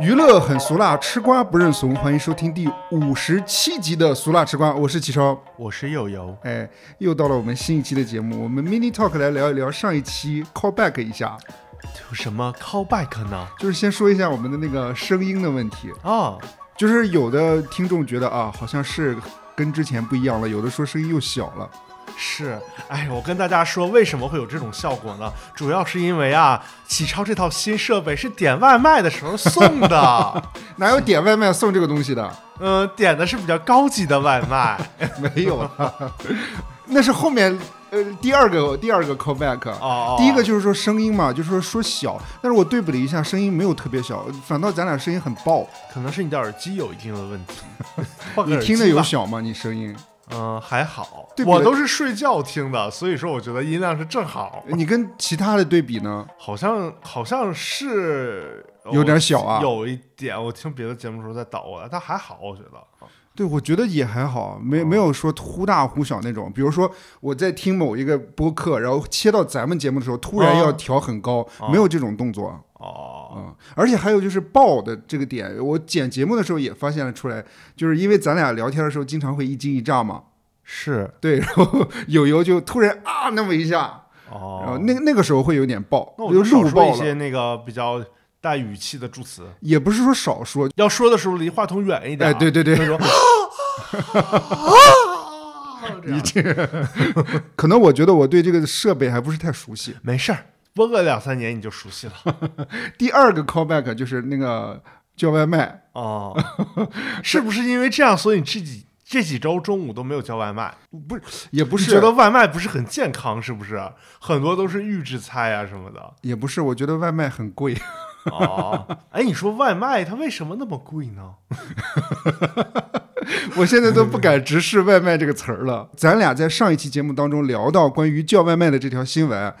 娱乐很俗辣，吃瓜不认怂。欢迎收听第五十七集的《俗辣吃瓜》，我是齐超。我是友友，哎，又到了我们新一期的节目，我们 mini talk 来聊一聊上一期 call back 一下，有什么 callback 呢？就是先说一下我们的那个声音的问题。啊，就是有的听众觉得啊，好像是跟之前不一样了，有的说声音又小了。是，哎，我跟大家说，为什么会有这种效果呢？主要是因为啊，启超这套新设备是点外卖的时候送的， 哪有点外卖送这个东西的？嗯、点的是比较高级的外 卖。没有了，那是后面呃第二个第二个 callback。哦，第一个就就是说声音嘛，就是说说小，但是我对比了一下，声音没有特别小，反倒咱俩声音很爆。可能是你的耳机有一定的 问题，换个你耳听机着有吧小吗？你声音，嗯、还好，对比我了都是睡觉听的，所以说我觉得音量是正好，你跟其他的对比呢？好像好像是有点小啊有一点，我听别的节目的时候在捣鼓了，但还好，我觉得。对，我觉得也还好，哦没没有说忽大忽小那种。比如说我在听某一个播客，然后切到咱们节目的时候，突然要调很高，哦没有这种动作啊、哦，嗯而且还有就是爆的这个点，我剪节目的时候也发现了出来，就是因为咱俩聊天的时候经常会一惊一乍嘛。是对，然后友友就突然啊那么一下，哦，然后那那个时候会有点爆，那我就就少录说爆一了。些那个比较带语气的助词，也不是说少说，要说的时候离话筒远一点。啊哎，对，对对，那种你这可能我觉得我对这个设备还不是太熟悉。没事儿，播个两三年你就熟悉了。第二个 callback 就是那个叫外卖，哦，是不是因为这样，所以你这几这几周中午都没有叫外卖？不是也不你觉是得外卖不是很健康，是不是？很多都是预制菜啊什么的。也不是，我觉得外卖很贵， 哦，哎，你说外卖它为什么那么贵呢？我现在都不敢直视外卖这个词儿了。咱俩在上一期节目当中聊到关于叫外卖的这条新闻。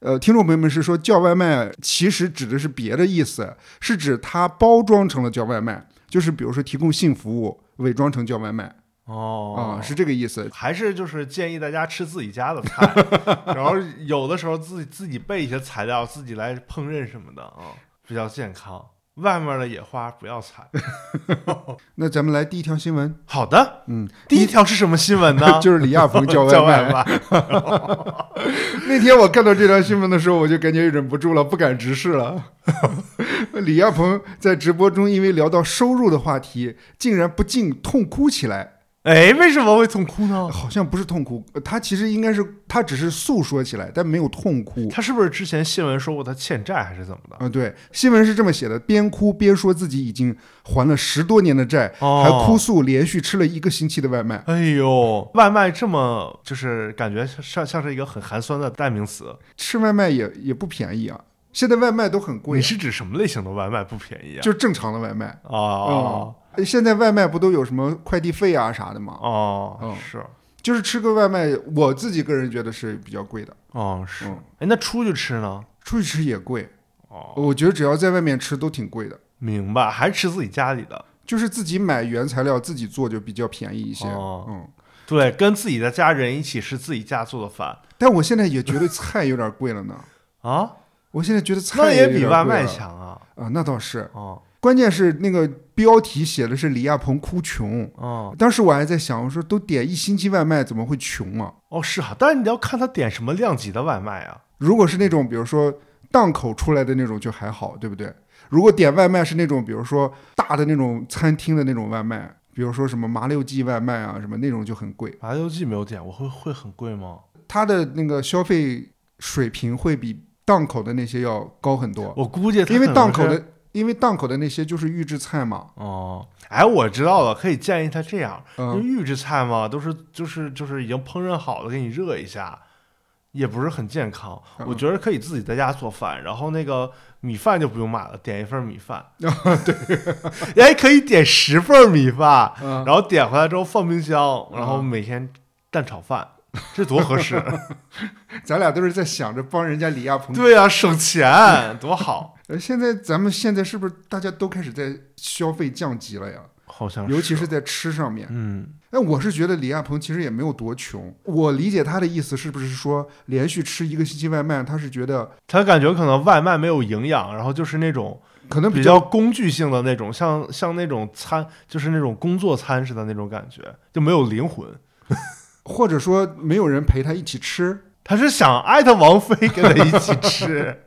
呃，听众朋友们是说叫外卖其实指的是别的意思，是指它包装成了叫外卖，就是比如说提供性服务，伪装成叫外卖。啊、哦，是这个意思。还是就是建议大家吃自己家的菜， 然后有的时候自己自己备一些材料，自己来烹饪什么的啊、比较健康。外面的野花不要采。那咱们来第一条新闻，好的， 嗯，第一条是什么新闻呢？ 就是李亚鹏叫 叫外卖。卖。那天我看到这条新闻的时候，我就感觉忍不住了，不敢直视了。 李亚鹏在直播中因为聊到收入的话题，竟然不禁痛哭起来，哎，为什么会痛哭呢？好像不是痛哭，呃他其实应该是他只是诉说起来，但没有痛哭。他是不是之前新闻说过他欠债还是怎么的？啊，对，新闻是这么写的：边哭边说自己已经还了十多年的债，嗯哦还哭诉连续吃了一个星期的外卖。哎呦，外卖这么就是感觉像像是一个很寒酸的代名词。吃外卖也也不便宜啊，现在外卖都很贵啊你，是指什么类型的外卖不便宜啊？就正常的外卖。哦呃现在外卖不都有什么快递费啊啥的吗？哦嗯是就是吃个外卖，我自己个人觉得是比较贵的，哦是。嗯哎，那出去吃呢？出去吃也贵。哦，我觉得只要在外面吃都挺贵的，明白，还是吃自己家里的。就是自己买原材料自己做就比较便宜一些。哦嗯，对，跟自己的家人一起吃自己家做的饭但我现在也觉得菜有点贵了呢。啊，我现在觉得菜那也有比点外贵卖了强啊。啊，那倒是。哦关键是那个标题写的是李亚鹏哭穷，哦当时我还在想，我说都点一星期外卖，怎么会穷啊？哦是啊，但是你要看他点什么量级的外卖啊。如果是那种比如说档口出来的那种就还好，对不对？如果点外卖是那种比如说大的那种餐厅的那种外卖，比如说什么麻六记外卖啊什么那种就很贵，麻油鸡没有点，我会会很贵吗？它的那个消费水平会比档口的那些要高很多，我估计他因为可能档口是的因为档口的那些就是预制菜嘛，哦，哎，我知道了，可以建议他这样，因为嗯，预制菜嘛，都是就是就是已经烹饪好了，给你热一下，也不是很健康。嗯我觉得可以自己在家做饭，然后那个米饭就不用买了，点一份 米饭。对，哎，可以点十份米饭，嗯然后点回来之后放冰箱，然后嗯每天蛋炒饭，这多 合适！咱俩都是在想着帮人家李亚鹏。对呀、省钱多好。呃，现在咱们现在是不是大家都开始在消费降级了呀？好像尤啊其是在吃上面。嗯，哎，我是觉得李亚鹏其实也没有多穷。我理解他的意思是不是说连续吃一个星期外卖，他是觉得他感觉可能外卖没有营养，然后就是那种可能比较较工具性的那种，像像那种餐，就是那种工作餐似的那种感觉，就没有灵魂。或者说没有人陪他一起吃，他是想艾特王菲跟他一 起吃，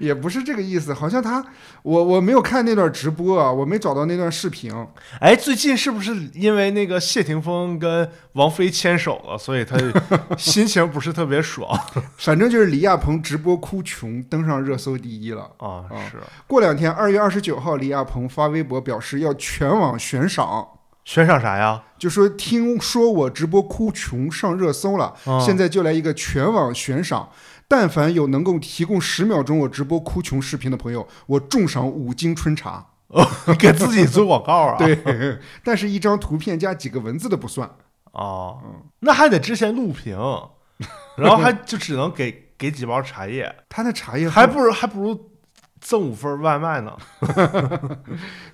也不是这个意思。好像他，我我没有看那段直播啊，我没找到那段视频。哎，最近是不是因为那个谢霆锋跟王菲牵手了，所以他心情不是特别爽反正就是李亚鹏直播哭穷，登上热搜第一了。啊？啊是过两天，二月二十九号，李亚鹏发微博表示要全网悬赏，悬赏啥呀？就说听说我直播哭穷上热搜了，啊现在就来一个全网悬赏。但凡有能够提供十秒钟我直播哭穷视频的朋友，我重赏五斤春茶。啊给自己做广告 啊？对，但是一张图片加几个文字的不算。哦嗯，那还得之前录屏，然后还就只能给给几包茶叶，他的茶叶还不如还不如赠五份外卖呢。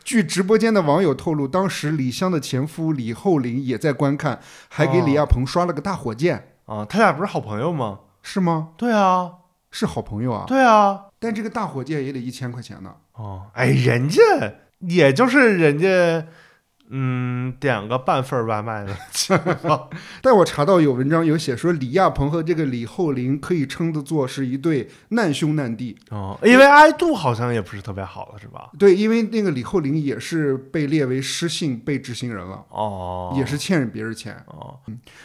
据直播间的网友透露，当时李湘的前夫李厚霖也在观看，还给李亚鹏刷了个大火箭，啊，他俩不是好朋友吗？是吗？对啊，是好朋友啊，对啊。但这个大火箭也得一千块钱呢。哦，哎，人家也就是人家，嗯，点个半份儿外卖 的情况但我查到有文章有写说，李亚鹏和这个李厚霖可以称得作是一对难兄难弟。哦，因为爱度好像也不是特别好了，是吧？对，因为那个李厚霖也是被列为失信被执行人了，哦，也是欠人别人钱。哦，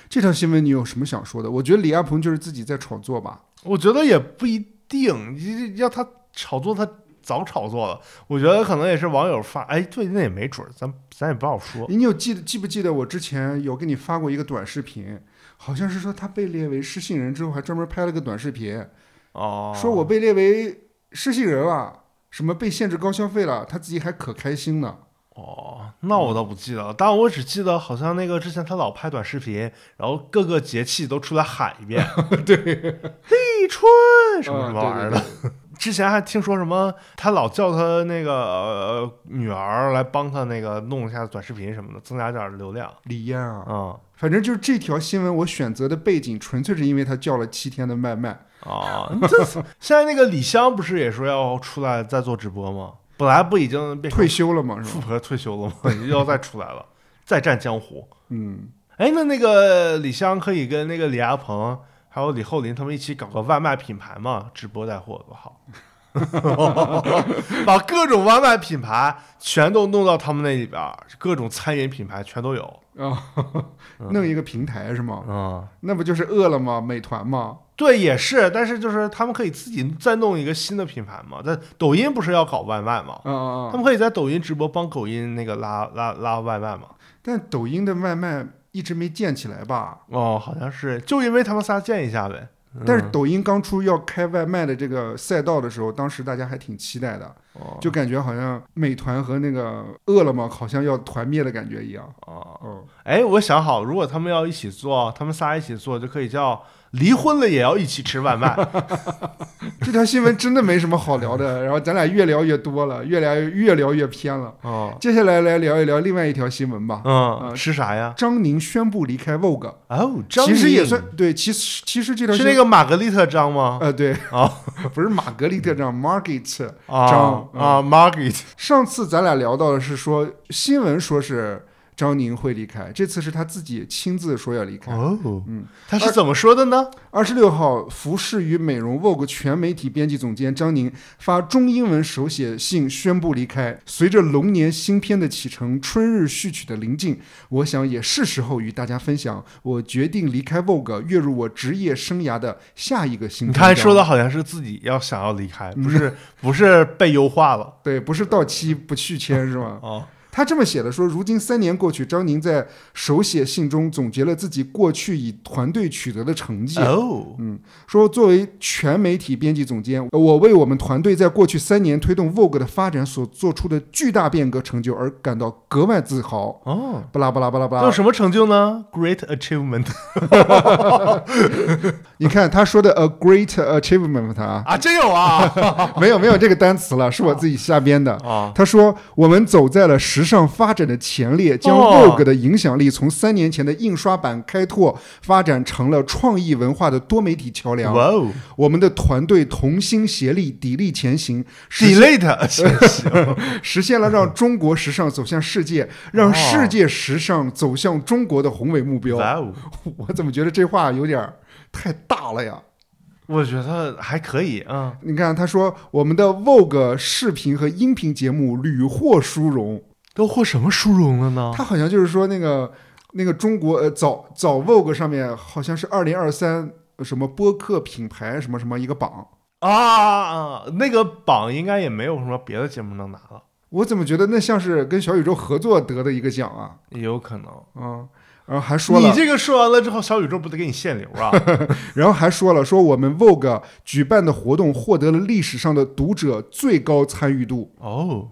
这条新闻你有什么想说的？我觉得李亚鹏就是自己在炒作吧。我觉得也不一定，你要他炒作，他早炒作了。我觉得可能也是网友发，哎，对，那也没准儿，咱咱也不好说。你有记记不记得我之前有给你发过一个短视频，好像是说他被列为失信人之后，还专门拍了个短视频，哦，说我被列为失信人了，什么被限制高消费了，他自己还可开心呢。哦，那我倒不记得了，但我只记得好像那个之前他老拍短视频，然后各个节气都出来喊一遍， 对，立春什么什么玩意儿的。啊对对对 之前还听说什么，他老叫他那个呃女儿来帮他那个弄一下短视频什么的，增加点儿流量。李艳啊，嗯，反正就是这条新闻，我选择的背景纯粹是因为他叫了七天的外卖。哦，这 是现在那个李湘不是也说要出来再做直播吗？本来不已经变成退休了嘛，是富吧？婆退休了吗？ 又要再出来了，再战江湖。嗯，哎，那那个李湘可以跟那个李亚鹏还有李厚霖他们一起搞个外卖品牌嘛，直播带货多 好！把各种外卖品牌全都弄到他们那里边儿，各种餐饮品牌全都有。啊、弄一个平台是吗？嗯，那不就是饿了么、美团吗？对，也是，但是就是他们可以自己再弄一个新的品牌嘛。在抖音不是要搞外卖嘛？啊啊他啊！们可以在抖音直播帮抖音那个拉拉拉外卖嘛？但抖音的外卖一直没建起来吧？哦，好像是，就因为他们仨见一下呗。但是抖音刚出要开外卖的这个赛道的时候，当时大家还挺期待的，哦就感觉好像美团和那个饿了么好像要团灭的感觉一样。哦，嗯，哎，我想好，如果他们要一起做，他们仨一起做，就可以叫离婚了也要一起吃外卖。 这条新闻真的没什么好聊的，然后咱俩越聊越多了，越聊越聊越偏了。 哦，接下来来聊一聊另外一条新闻吧。嗯，嗯吃啥呀？张宁宣布离开 Vogue，哦，张其实也宁算对，其实其实这条是新那个玛格丽特张 吗？呃对哦 不是玛格丽特张 Margit。啊张啊，Margaret 上次咱俩聊到的是说新闻说是张宁会离开，这次是他自己亲自说要离开。哦，嗯，他是怎么说的呢？二十六号，服饰与美容 Vogue 全媒体编辑总监张宁发中英文手写信宣布离开。随着龙年新片的启程，春日序曲的临近，我想也是时候与大家分享我决定离开 Vogue，跃入我职业生涯的下一个新你嗯篇章。看说的好像是自己要想要离开，不是不是被优化了对，不是到期不续签是吗？哦，他这么写的说，如今三年过去，张宁在手写信中总结了自己过去以团队取得的成绩。哦，说作为全媒体编辑总监，我为我们团队在过去三年推动 Vogue 的发展所做出的巨大变革成就而感到格外自豪。哦，巴拉巴拉巴拉巴那有拉，什么成就呢？Great achievement 你看他说的 a great achievement 啊， 啊，真有啊没有没有这个单词了，是我自己瞎编的。 啊他说：“我们走在了时时尚发展的前列，将哦 Vogue 的影响力从三年前的印刷版开拓，发展成了创意文化的多媒体桥梁。哇哦我们的团队同心协力，砥砺前行，实现，delete 是 行，实现了让中国时尚走向世界，让哦世界时尚走向中国的宏伟目标。哇哦，我怎么觉得这话有点儿太大了呀？我觉得还可以啊，你看，他说我们的 Vogue 视频和音频节目屡获殊荣，都获什么殊荣了呢？他好像就是说那个那个中国呃早早 Vogue 上面好像是二零二三什么播客品牌什么什么一个榜，啊啊，啊那个榜应该也没有什么别的节目能拿了，我怎么觉得那像是跟小宇宙合作得的一个奖啊？也有可能。嗯，然后还说了你，这个说完了之后，小宇宙不得给你限流啊？然后还说了，说我们 Vogue 举办的活动获得了历史上的读者最高参与度。 哦，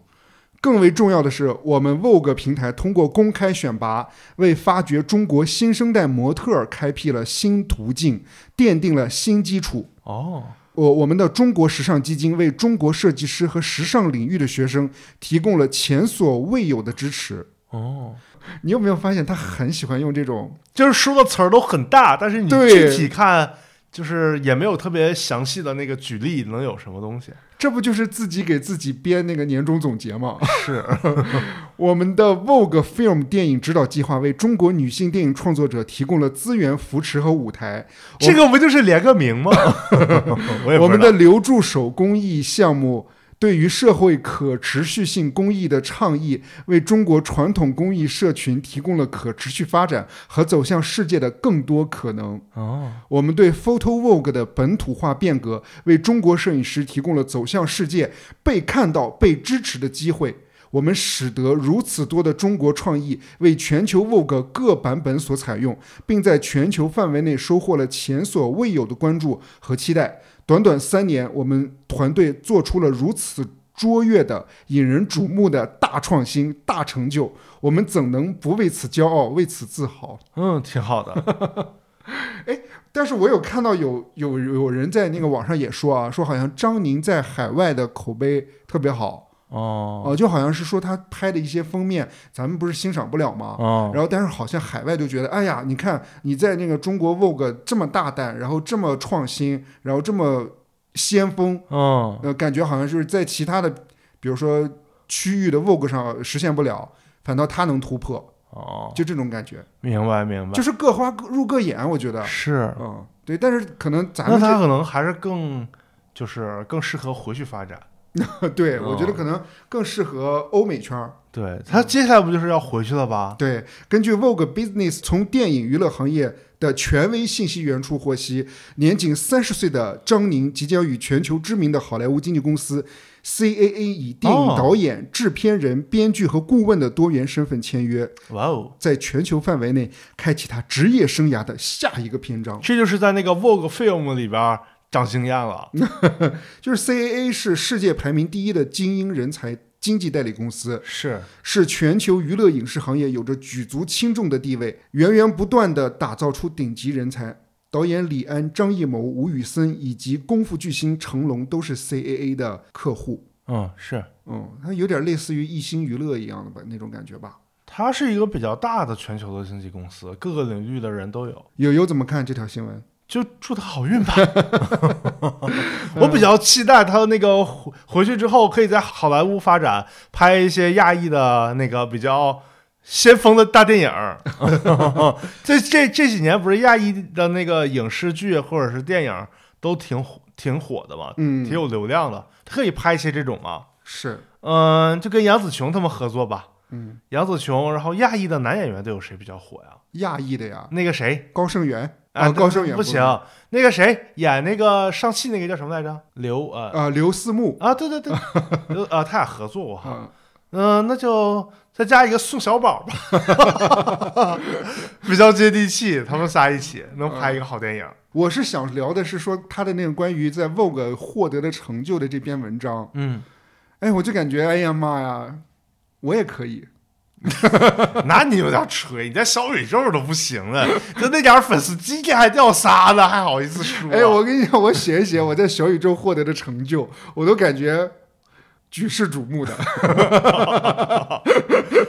更为重要的是，我们 Vogue 平台通过公开选拔，为发掘中国新生代模特儿开辟了新途径，奠定了新基础。哦，我呃我们的中国时尚基金为中国设计师和时尚领域的学生提供了前所未有的支持。哦，你有没有发现他很喜欢用这种？就是说的词儿都很大，但是你对具体看，就是也没有特别详细的那个举例，能有什么东西？这不就是自己给自己编那个年终总结吗？ 是，我们的 Vogue Film 电影指导计划为中国女性电影创作者提供了资源扶持和舞台。我这个不就是连个 名吗？我也不知道我们的留住手工艺项目对于社会可持续性工艺的倡议，为中国传统工艺社群提供了可持续发展和走向世界的更多可能。哦，我们对 Photo Vogue 的本土化变革，为中国摄影师提供了走向世界、被看到、被支持的机会。我们使得如此多的中国创意为全球 Vogue 各版本所采用，并在全球范围内收获了前所未有的关注和期待。短短三年，我们团队做出了如此卓越的、引人瞩目的大创新、大成就，我们怎能不为此骄傲、为此自豪？嗯，挺好的。但是我有看到有有有人在那个网上也说啊，说好像张宁在海外的口碑特别好， 哦哦，就好像是说他拍的一些封面，咱们不是欣赏不了吗？哦，然后但是好像海外就觉得，哎呀，你看你在那个中国 Vogue 这么大胆，然后这么创新，然后这么先锋，嗯，呃，感觉好像是在其他的，比如说区域的 Vogue 上实现不了，反倒他能突破，哦，就这种感觉，明白明白就，是各花入各眼，我觉得，是。嗯，对，但是可能咱那们这他可能还是更就是更适合回去发展。 对，我觉得嗯可能更适合欧美圈儿。对他接下来不就是要回去了吧？对，根据 Vogue Business 从电影娱乐行业的权威信息源处获悉，年仅三十岁的张宁即将与全球知名的好莱坞经纪公司 CAA 以电影哦导演、制片人、编剧和顾问的多元身份签约，哇哦，在全球范围内开启他职业生涯的下一个篇章。这就是在那个 Vogue Film 里边长经验了。就是 CAA 是世界排名第一的精英人才经济代理公司，是，是全球娱乐影视行业有着举足轻重的地位，源源不断地打造出顶级人才。导演李安、张艺谋、吴宇森以及功夫巨星成龙都是 CAA 的客户。嗯，是。嗯，它有点类似于一星娱乐一样的吧，那种感觉吧。它是一个比较大的全球的经纪公司，各个领域的人都有。友友怎么看这条新闻？就祝他好运吧。 我比较期待他那个回回去之后，可以在好莱坞发展，拍一些亚裔的那个比较先锋的大电影儿。 这这这几年不是亚裔的那个影视剧或者是电影都挺火挺火的嘛，嗯挺，有流量的，他可以拍一些这种嘛。是，嗯，就跟杨紫琼他们合作吧。嗯，杨紫琼，然后亚裔的男演员都有谁比较火呀？亚裔的呀，那个谁，高胜元啊，哦高胜元不行，那个谁演那个上戏那个叫什么来着？刘呃啊，刘思慕啊，对对对，刘啊，他俩合作过哈。啊，嗯、那就再加一个宋小宝吧， 比较接地气，他们仨一起能拍嗯一个好电影。我是想聊的是说他的那个关于在 Vogue 获得的成就的这篇文章。嗯，哎，我就感觉，哎呀妈呀，我也可以。那你有点吹，你在小宇宙都不行了，就那点粉丝基还掉仨呢，还好意哎思 说？哎，我跟你讲，我写一写我在小宇宙获得的成就，我都感觉举世瞩目的。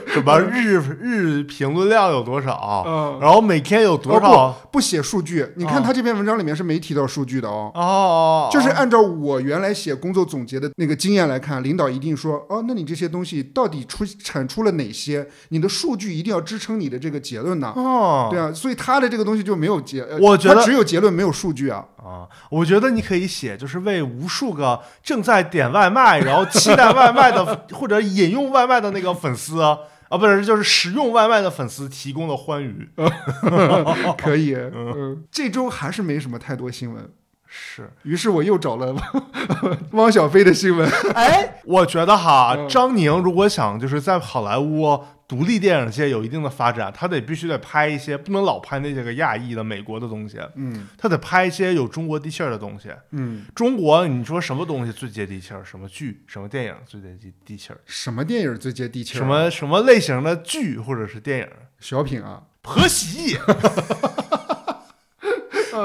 什么日日评论量有多少，嗯，然后每天有多哦少？哦不写数据，你看他这篇文章里面是没提到数据的哦。哦，哦就是按照我原来写工作总结的那个经验来看，领导一定说，哦，那你这些东西到底出产出了哪些？你的数据一定要支撑你的这个结论呢？哦，对啊，所以他的这个东西就没有结，呃我觉他得只有结论没有数据啊。啊，我觉得你可以写，就是为无数个正在点外卖，然后期待外卖的或者饮用外卖的那个粉丝啊，不是，就是食用外卖的粉丝提供了欢愉。哦 可以，嗯，这周还是没什么太多新闻，是，于是我又找了 汪小菲的新闻。哎，我觉得哈嗯，张宁如果想就是在好莱坞独立电影界有一定的发展，他得必须得拍一些，不能老拍那些个亚裔的美国的东西，嗯他得拍一些有中国地气儿的东西。嗯，中国，你说什么东西最接地气儿？什么剧、什么电影最接地地气儿？什么电影最接地气儿？啊什么什么类型的剧或者是电影？小品啊？婆媳。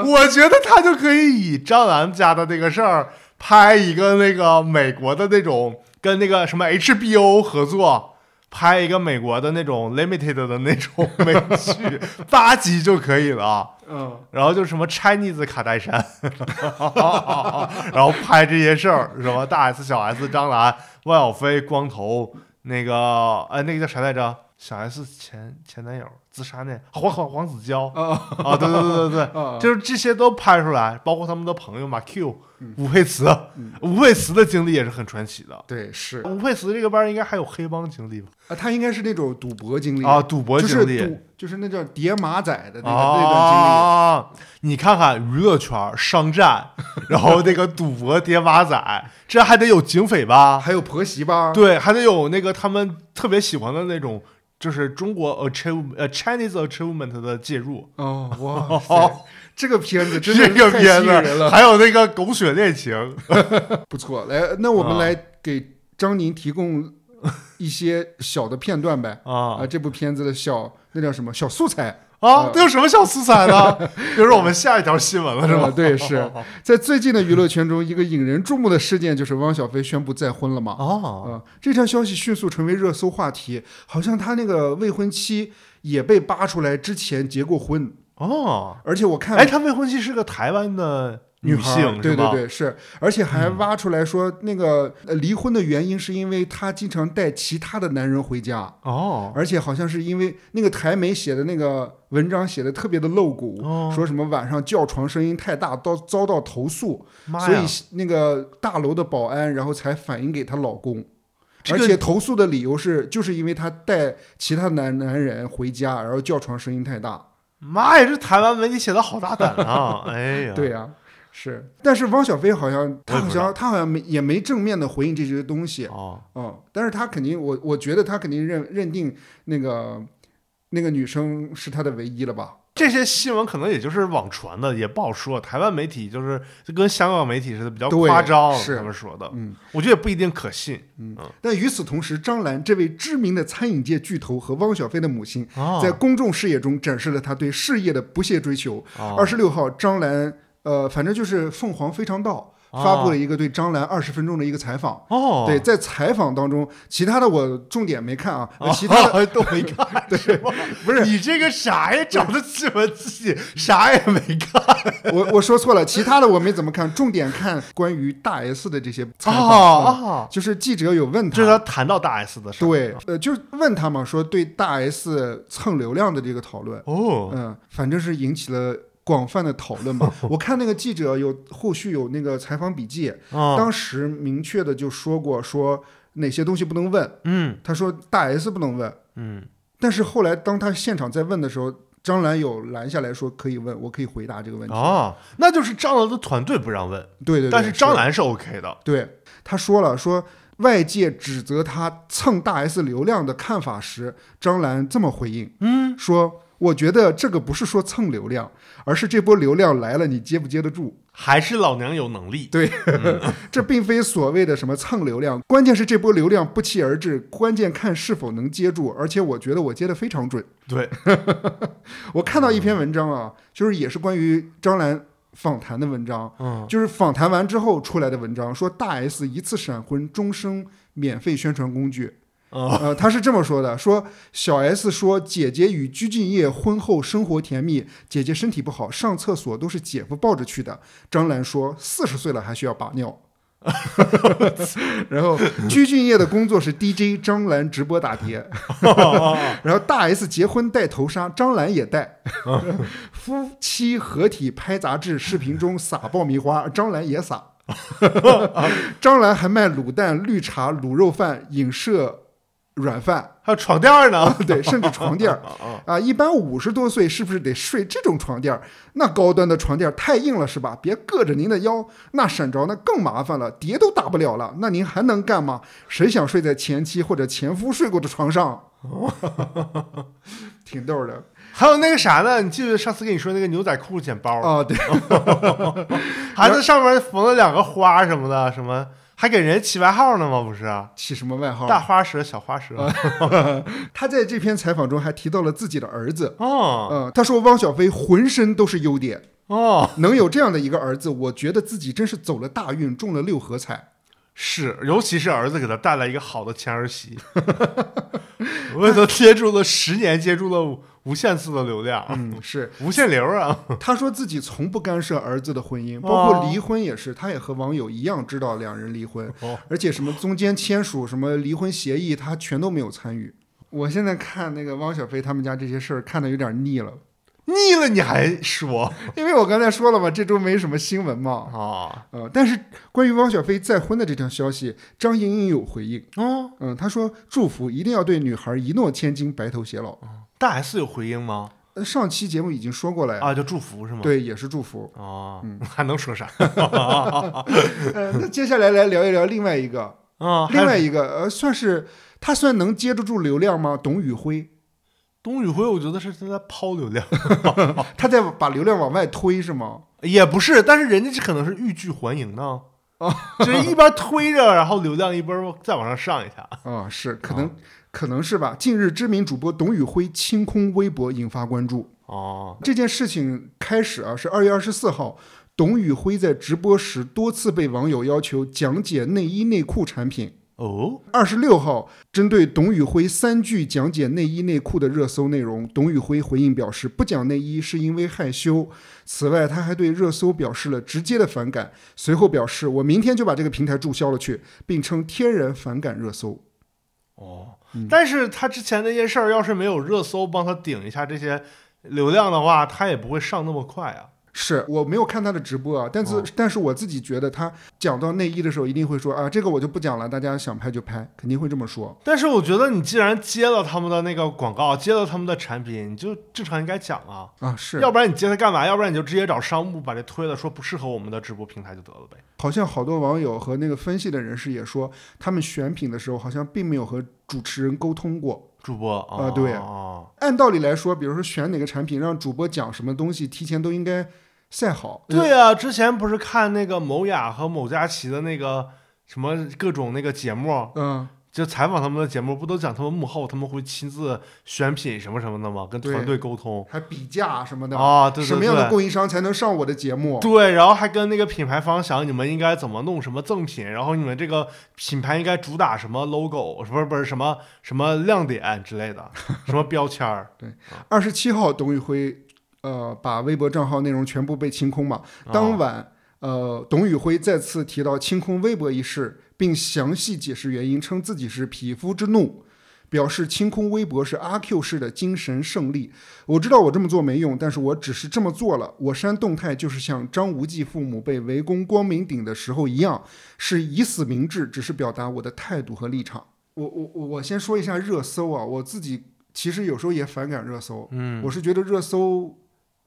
我觉得他就可以以张兰家的那个事儿拍一个那个美国的那种跟那个什么 HBO 合作，拍一个美国的那种 limited 的那种美剧，八集就可以了。啊嗯，然后就什么 Chinese 卡戴珊，然后拍这些事儿，什么大 S 小 S 张兰汪小菲光头那个哎那个叫啥来着？小 S 前前男友自杀那黄黄黄子佼啊啊，对对对对对，啊，就是这些都拍出来，包括他们的朋友马 Q 嗯、吴佩慈嗯、吴佩慈的经历也是很传奇的。对是吴佩慈这个班儿应该还有黑帮经历吧？啊，他应该是那种赌博经历啊，，赌嗯博就是经历，哦赌，就是那叫叠马仔的那个那段啊，你看看娱乐圈商战，然后那个赌博爹马仔，这还得有警匪经历， 吧？还有婆媳吧？哦对，还得有那个他们特别喜欢的那种，就是中国 achievement 呃 Chinese achievement 的介入。哦，哇 塞，这个片子真的是这个太片吸引人子，了，还有那个狗血恋情，不错。来，那我们啊来给张宁提供一些小的片段呗。 啊啊，这部片子的小那叫什么小素材啊，这有什么小素材呢？比如说我们下一条新闻了， 是啊 吧？对是 在最近的娱乐圈中，一个引人注目的事件就是汪小菲宣布再婚了嘛。啊、哦，这条消息迅速成为热搜话题，好像他那个未婚妻也被扒出来之前结过婚，哦，而且我看哎，他未婚妻是个台湾的女孩儿性，对对是吧？嗯对是，而且还挖出来说那个呃离婚的原因是因为她经常带其他的男人回家，哦，而且好像是因为那个台媒写的那个文章写的特别的露骨，哦说什么晚上叫床声音太大，到遭到投诉，妈所呀以！那个大楼的保安然后才反映给她老公。这个而且投诉的理由是，就是因为她带其他男男人回家，然后叫床声音太大。妈呀，这台湾媒体写的好大胆 啊！哎呀，对，呀、是。但是汪小菲好像，我他也好不知像他好像没也没正面的回应这些东西，哦，嗯。但是他肯定，我我觉得他肯定认认定那个那个女生是他的唯一了吧？这些新闻可能也就是网传的，也不好说。台湾媒体就是就跟香港媒体似的，比较对夸张，是他们说的，嗯。我觉得也不一定可信但与此同时，张兰这位知名的餐饮界巨头和汪小菲的母亲，啊在公众视野中展示了她对事业的不懈追求。二二十六号，张兰，呃，反正就是凤凰非常道发布了一个对张兰二十分钟的一个采访。哦，对，在采访当中，其他的我重点没看啊，哦，其他的 都没看，是吧？不是你这个啥呀？找的新闻自己啥也没看 我我说错了，其他的我没怎么看，重点看关于大 S 的这些采访，嗯啊！就是记者有问这是他。他谈到大 S 的事儿，对，呃，就是问他嘛，说对大 S 蹭流量的这个讨论，哦，嗯，反正是引起了广泛的讨论 吧。我看那个记者有后续有那个采访笔记，啊，当时明确的就说过，说哪些东西不能问，嗯他说大 S 不能问，嗯，但是后来当他现场在问的时候，张兰有拦下来说可以问，我可以回答这个问题。哦，那就是张兰的团队不让问，对对对，但是张兰。兰是 OK 的。对，他说了，说外界指责他蹭大 S 流量的看法时，张兰这么回应，嗯，说我觉得这个不是说蹭流量，而是这波流量来了，你接不接得住？还是老娘有能力。这并非所谓的什么蹭流量，关键是这波流量不期而至，关键看是否能接住。而且我觉得我接得非 常准。对，我看到一篇文章啊，就是也是关于张兰访谈的文章，嗯，就是访谈完之后出来的文章，说大 S 一次闪婚，终生免费宣传工具。哦，呃，他是这么说的：说小 S 说姐姐与鞠婧祎婚后生活甜蜜，姐姐身体不好，上厕所都是姐夫抱着去的。张兰说四十岁了还需要把尿。然后鞠婧祎的工作是 DJ，张兰直播打碟。哦然后大 S 结婚戴头纱，张兰也戴。夫妻合体拍杂志，视频中撒爆米花，张兰也撒。张兰还卖卤蛋、绿茶、卤肉饭、影射软饭，还有床垫儿呢，对，甚至床垫儿啊啊，啊。一般五十多岁是不是得睡这种床垫儿？那高端的床垫儿太硬了是吧？别硌着您的腰，那闪着那更麻烦了，碟都打不了了，那您还能干吗？谁想睡在前妻或者前夫睡过的床上？ 挺逗的还有那个啥呢？你记得上次跟你说那个牛仔裤剪包，啊，对，还在上面缝了两个花什么的，什么还给人起外号呢吗？不是，啊起什么外号？大花蛇、小花蛇，他在这篇采访中还提到了自己的儿子，哦嗯、他说汪小菲浑身都是优点。哦，能有这样的一个儿子，我觉得自己真是走了大运，中了六合彩。是，尤其是儿子给他带来一个好的前 儿媳，为他接住了十年，接住了无无限次的流量，嗯，是。无限流啊！他说自己从不干涉儿子的婚姻，包括哦离婚也是，他也和网友一样知道两人离婚哦，而且什么中间签署什么离婚协议，他全都没有参与。我现在看那个汪小菲他们家这些事儿，看的有点腻了，腻了你还说因为我刚才说了嘛，这周没什么新闻嘛。啊？呃，但是关于汪小菲再婚的这条消息，张莹莹有回应。嗯，嗯，她说祝福一定要对女孩一诺千金，白头偕老。大 S 有回应吗？呃上期节目已经说过了呀，啊，就祝福是吗？对，嗯也是祝福。哦，还能说啥？ 呃，那接下来来聊一聊另外一个，啊，还另有外一个，呃，算是他算能接得住流量吗？董宇辉，董宇辉，我觉得是他在抛流量，他在把流量往外推是 吗？也不是，但是人家这可能是欲拒还迎呢。哦就是一边推着，然后流量一边再往上上一下。啊、是，可哦能、可能是吧。近日，知名主播董宇辉清空微博，引发关注。哦，这件事情开始啊，是二月二十四号，董宇辉在直播时多次被网友要求讲解内衣内裤产品。哦，二十六号，针对董宇辉三句讲解内衣内裤的热搜内容，董宇辉回应表示，不讲内衣是因为害羞。此外，他还对热搜表示了直接的反感，随后表示我明天就把这个平台注销了去，并称天然反感热搜。哦，嗯但是他之前那些事儿，要是没有热搜帮他顶一下这些流量的话，他也不会上那么快啊。是我没有看他的直播啊，但是、哦但是我自己觉得他讲到内衣的时候，一定会说啊，这个我就不讲了，大家想拍就拍，肯定会这么说。但是我觉得你既然接了他们的那个广告，接了他们的产品，你就正常应该讲啊，啊，是，要不然你接他干嘛？要不然你就直接找商务把这推了，说不适合我们的直播平台就得了呗。好像好多网友和那个分析的人士也说，他们选品的时候好像并没有和主持人沟通过。主播啊啊对啊，按道理来说，比如说选哪个产品，让主播讲什么东西，提前都应该晒好。对呀、啊，之前不是看那个某雅和某佳琪的那个什么各种那个节目，嗯，就采访他们的节目，不都讲他们幕后他们会亲自选品什么什么的吗？跟对团队沟通还比价什么的，啊，对对对，什么样的供应商才能上我的节目？对，然后还跟那个品牌方想你们应该怎么弄什么赠品，然后你们这个品牌应该主打什么 logo，不是不是什么什么亮点之类的，什么标签儿。二十七号，董宇辉，呃，把微博账号内容全部被清空嘛。 当啊、晚，呃，董宇辉再次提到清空微博一事，并详细解释原因，称自己是匹夫之怒，表示清空微博是阿 Q 式的精神胜利。我知道我这么做没用，但是我只是这么做了。我删动态就是像张无忌父母被围攻光明顶的时候一样，是以死明志，只是表达我的态度和立场。我我我我先说一下热搜啊，我自己其实有时候也反感热搜，嗯，我是觉得热搜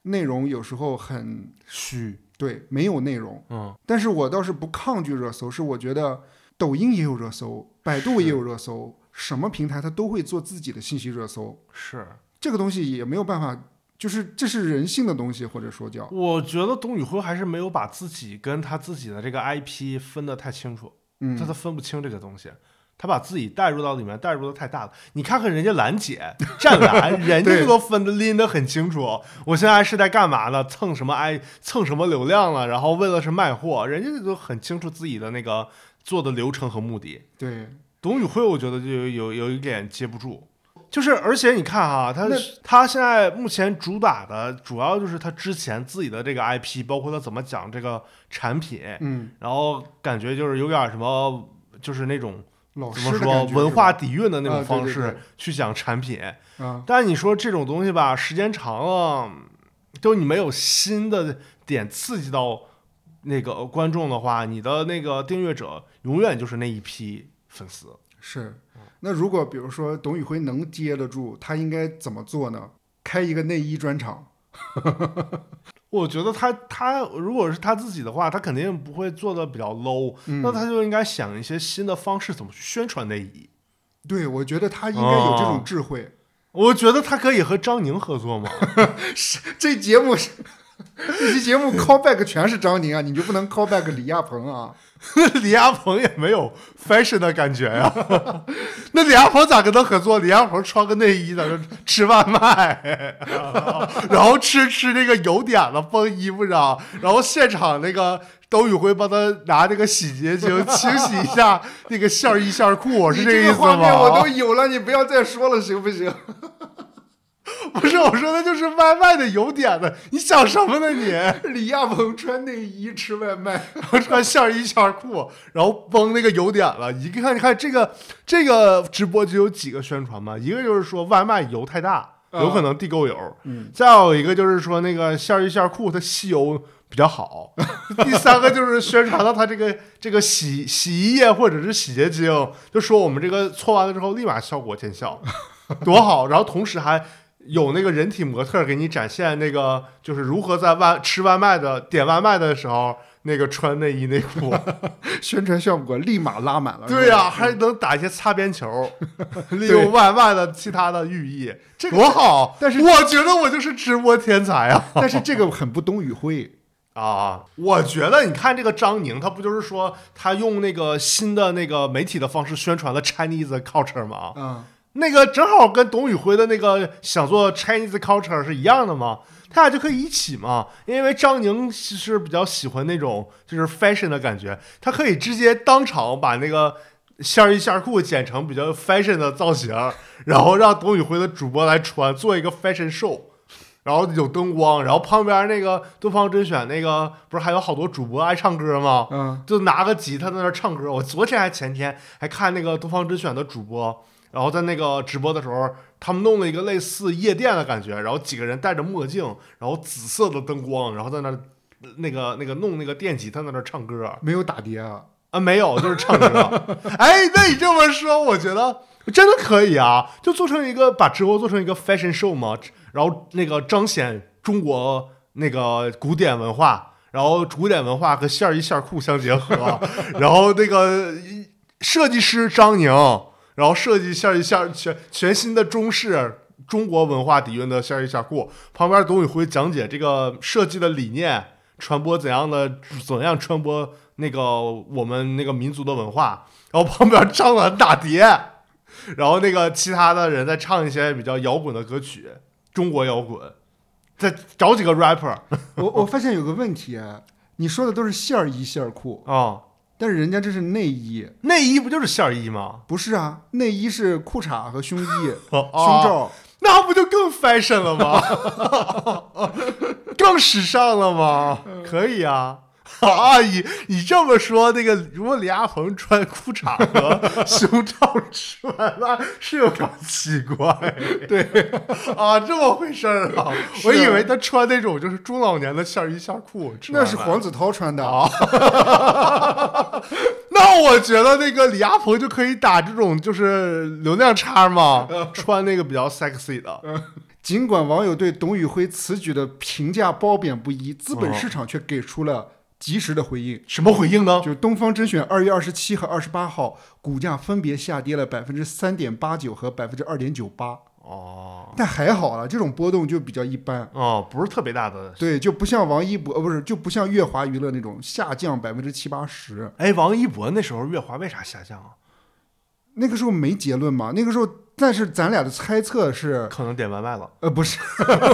内容有时候很虚，对，没有内容。嗯，但是我倒是不抗拒热搜，是我觉得抖音也有热搜，百度也有热搜，什么平台它都会做自己的信息热搜，是。这个东西也没有办法，就是这是人性的东西，或者说叫我觉得董宇辉还是没有把自己跟他自己的这个 IP 分得太清楚，他嗯都分不清这个东西。他把自己带入到里面，带入的太大了。你看看人家兰姐站篮，人家这都分的拎得很清楚。我现在是在干嘛呢？蹭什么哎，蹭什么流量了？然后为了是卖货，人家都很清楚自己的那个做的流程和目的。对，董宇辉，我觉得就有有有一点接不住，就是而且你看哈、他他现在目前主打的主要就是他之前自己的这个 IP，包括他怎么讲这个产品，嗯，然后感觉就是有点什么，就是那种老怎师么的说感觉文是吧化底蕴的那啊种对方对式对去讲产品。啊，但是你说这种东西吧，时间长了，就你没有新的点刺激到那个观众的话，你的那个订阅者永远就是那一批粉丝。是。嗯那如果比如说董宇辉能接得住，他应该怎么做呢？开一个内衣专场，我觉得他他如果是他自己的话，他肯定不会做的比较 low，、那嗯他就应该想一些新的方式怎么去宣传内衣。对我觉得他应该有这哦种智慧。我觉得他可以和张宁合作嘛， 这节目是这期节目 callback 全是张宁啊，你就不能 callback 李亚鹏啊？ 李亚鹏也没有 fashion 的感觉呀、 那李亚鹏咋跟他合作？李亚鹏穿个内衣在那吃外卖， 然后吃吃那个油点子崩衣服上，然后现场那个董宇辉帮他拿那个洗洁精清洗一下那个线衣线裤，是你哦个这意个思画面吗？我都有了，你不要再说了，行不行？ 不是我说的就是外卖的油点子，你想什么呢你？李亚鹏穿内衣吃外卖，穿线衣线裤，然后崩那个油点了。一看，你看这个这个直播就有几个宣传嘛，一个就是说外卖油太大，啊有可能地沟油；嗯再有一个就是说那个线衣线裤它吸油比 较好；第三个就是宣传到它这个这个洗洗衣液或者是洗洁精，就说我们这个搓完了之后立马效果见效，多好。然后同时还。有那个人体模特给你展现那个，就是如何在外吃外卖的点外卖的时候，那个穿内衣内 裤， 宣传效果立马拉满了。对是吧呀、还能打一些擦边 球，利用外卖的其他的寓意，这多好！但是我觉得我就是直播天才啊！ 但是这个很不董宇辉。 啊，我觉得你看这个张宁，他不就是说他用那个新的那个媒体的方式宣传了 Chinese culture 吗？啊，那个正好跟董宇辉的那个想做 Chinese culture 是一样的嘛，他俩就可以一起嘛。因为张宁是比较喜欢那种就是 fashion 的感觉，他可以直接当场把那个线衣线裤剪成比较 fashion 的造型，然后让董宇辉的主播来穿，做一个 fashion show。然后有灯光，然后旁边那个东方甄选那个不是还有好多主播爱唱歌吗？嗯，就拿个吉他在那儿唱歌。我昨天还前天还看那个东方甄选的主播，然后在那个 直播的时候，他们弄了一个类似夜店的感觉，然后几个人戴着墨镜，然后紫色的灯光，然后在那儿那个那个弄那个电吉他在那儿唱歌没有打碟啊，啊，没有，就是唱歌。哎，那你这么说，我觉得真的可以啊，就做成一个把直播做成一个 fashion show 嘛，然后那个彰显中国那个古典文化，然后古典文化和线儿衣线儿裤相结合， 然后那个设计师张宁，然后设计线儿衣线儿全全新的中式。中国文化底蕴的线儿衣线儿裤，旁边董宇辉讲解这个设计的理念，传播怎样的怎样传播那个我们那个民族的文化，然后旁边张兰打碟，然后那个其他的人在唱一些比较摇滚的歌曲，中国摇滚，再找几个 rapper 啊、我我发现有个问题啊，你说的都是线儿衣线儿裤，但是人家这是内衣，啊内衣不就是线儿衣吗？不是啊？内衣是裤衩和 胸衣、哦胸胸罩，那不就更 fashion 了吗？更时尚了吗？可以啊。 啊，你你这么说，那个如果李亚鹏穿裤衩 和胸罩穿，那是有点奇怪。 对，啊，这么回事儿啊！是我以为他穿那种就是中老年的线衣线裤，知那道吗是黄子韬穿的。啊。那我觉得那个李亚鹏就可以打这种就是流量差 嘛，穿那个比较 sexy 的。尽管网友对董宇辉此举的评价褒贬不一，资本市场却给出了及时的回应。什么回应呢？就东方甄选二月二十七和二十八号股价分别下跌了百分之三点八九和百分之二点九八，哦但还好了，这种波动就比较一般。哦，不是特别大的。对，就不像王一博，呃，不是，就不像月华娱乐那种下降百分之七八十。哎，王一博那时候月华为啥下降啊？那个时候没结论嘛，那个时候，但是咱俩的猜测是，可能点外卖了呃，不是，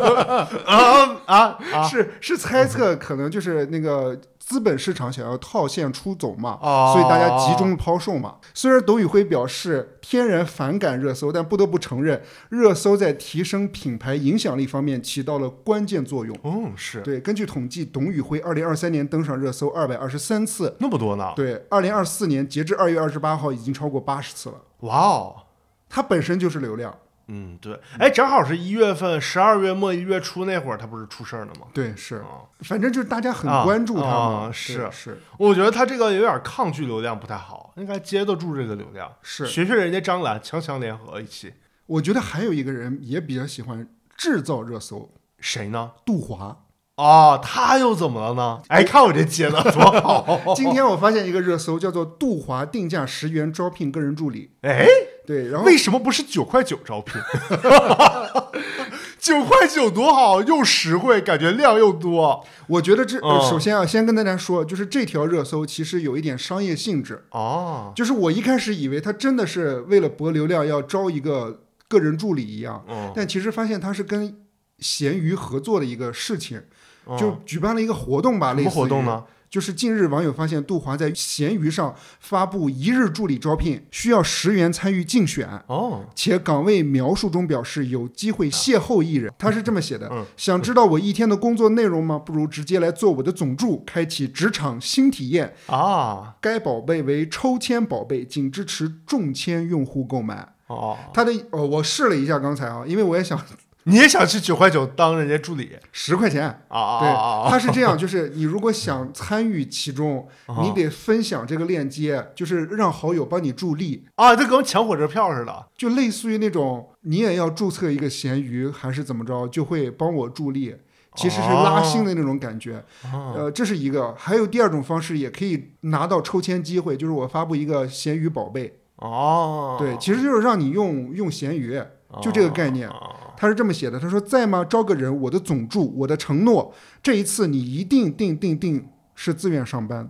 啊啊啊！是是猜测，可能就是那个资本市场想要套现出走嘛，哦所以大家集中抛售嘛。虽然董宇辉表示天然反感热搜，但不得不承认，热搜在提升品牌影响力方面起到了关键作用。嗯是对，根据统计，董宇辉二零二三年登上热搜二百二十三次，那么多呢，对，二零二四年截至二月二十八号已经超过八十次了。哇哦，它本身就是流量，嗯对，哎正好是一月份，十二月末一月初那会儿，他不是出事儿了吗？对，是，啊反正就是大家很啊关注它嘛，啊对是是我觉得他这个有点抗拒流量不太好，应该接得住这个流量，是，学学人家张兰强强联合一起，我觉得还有一个人也比较喜欢制造热搜，谁呢？杜华。哦，他又怎么了呢？哎，看我这接的多好！ 今天我发现一个热搜叫做“杜华定价十元招聘个人助理哎，”，对，然后为什么不是九块九招聘？ 九块九多好，又实惠，感觉量又多。我觉得这、呃哦首先啊，先跟大家说，就是这条热搜其实有一点商业性质，哦，就是我一开始以为他真的是为了博流量要招一个个人助理一样，嗯，但其实发现他是跟闲鱼合作的一个事情，嗯就举办了一个活动吧，什类么似活动于呢？就是近日网友发现杜华在闲鱼上发布一日助理招聘，需要十元参与竞选。哦，且岗位描述中表示有机会邂逅艺人，他是这么写的：嗯想知道我一天的工作内容吗？不如直接来做我的总助，开启职场新体验。啊，该宝贝为抽签宝贝，仅支持中签用户购买。哦，他的呃，我试了一下刚才啊，因为我也想 你也想去九块九当人家助理十块钱，啊啊对啊，啊它是这样，就是你如果想参与其中，哦你得分享这个链接，就是让好友帮你助力，啊！这跟我们抢火车票似的。就类似于那种你也要注册一个闲鱼还是怎么着，就会帮我助力，其实是拉新的那种感觉。啊呃，这是一个，还有第二种方式也可以拿到抽签机会，就是我发布一个闲鱼宝贝，哦，对，其实就是让你用用闲鱼。就这个概念啊他是这么写的，他说在吗？招个人，我的总助，我的承诺，这一次你一定定定定是自愿上班。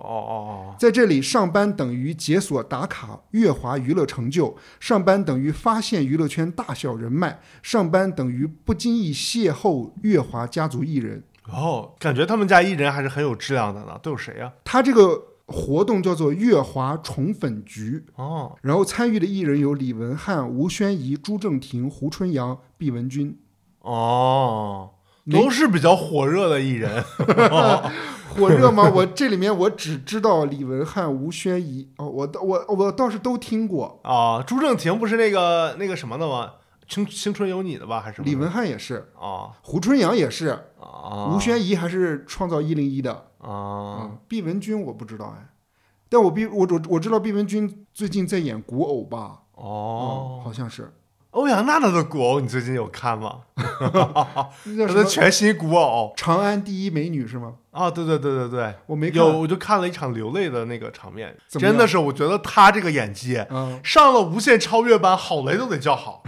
哦哦在这里，上班等于解锁打卡、月华娱乐成就；上班等于发现娱乐圈大小人脉；上班等于不经意邂逅月华家族艺人。哦，哦，感觉他们家艺人还是很有质量的呢。都有谁啊呀？他这个活动叫做“月华宠粉局哦”，然后参与的艺人有李文翰、吴宣仪、朱正廷、胡春阳、毕雯珺。 哦，没都是比较火热的艺人。火热吗？我这里面我只知道李文翰、吴宣仪哦，我倒我我倒是都听过，啊，朱正廷不是那个那个什么的吗？青青春有你的吧，还是什么的李文翰也是，啊胡春阳也是，啊，吴宣仪还是创造一零一的，啊，嗯，毕雯珺我不知道哎，但我毕我我我知道毕雯珺最近在演古偶吧？嗯哦，好像是欧阳娜娜的古偶，你最近有看吗？那她叫什的么？全新古偶长安第一美女是吗？啊，对对对对对，我没看，有我就看了一场流泪的那个场面，怎么样真的是我觉得她这个演技嗯，上了无限超越班，郝雷都得叫好。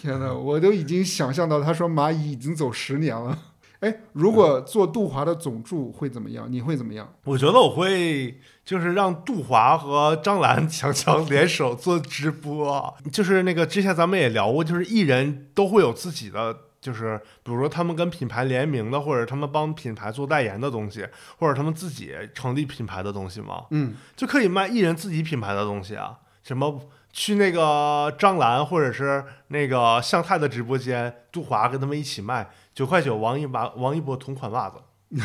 天哪，我都已经想象到他说蚂蚁已经走十年了。 哎，如果做杜华的总助会怎么样？你会怎么样？ 我觉得我会就是让杜华和张兰强强联手做直播，就是那个之前咱们也聊过，就是艺人都会有自己的，就是比如说他们跟品牌联名的，或者他们帮品牌做代言的东西，或者他们自己成立品牌的东西嘛，嗯，就可以卖艺人自己品牌的东西啊，什么。去那个张兰或者是那个向太的直播间，杜华跟他们一起卖九块九王一麻王一博同款袜子，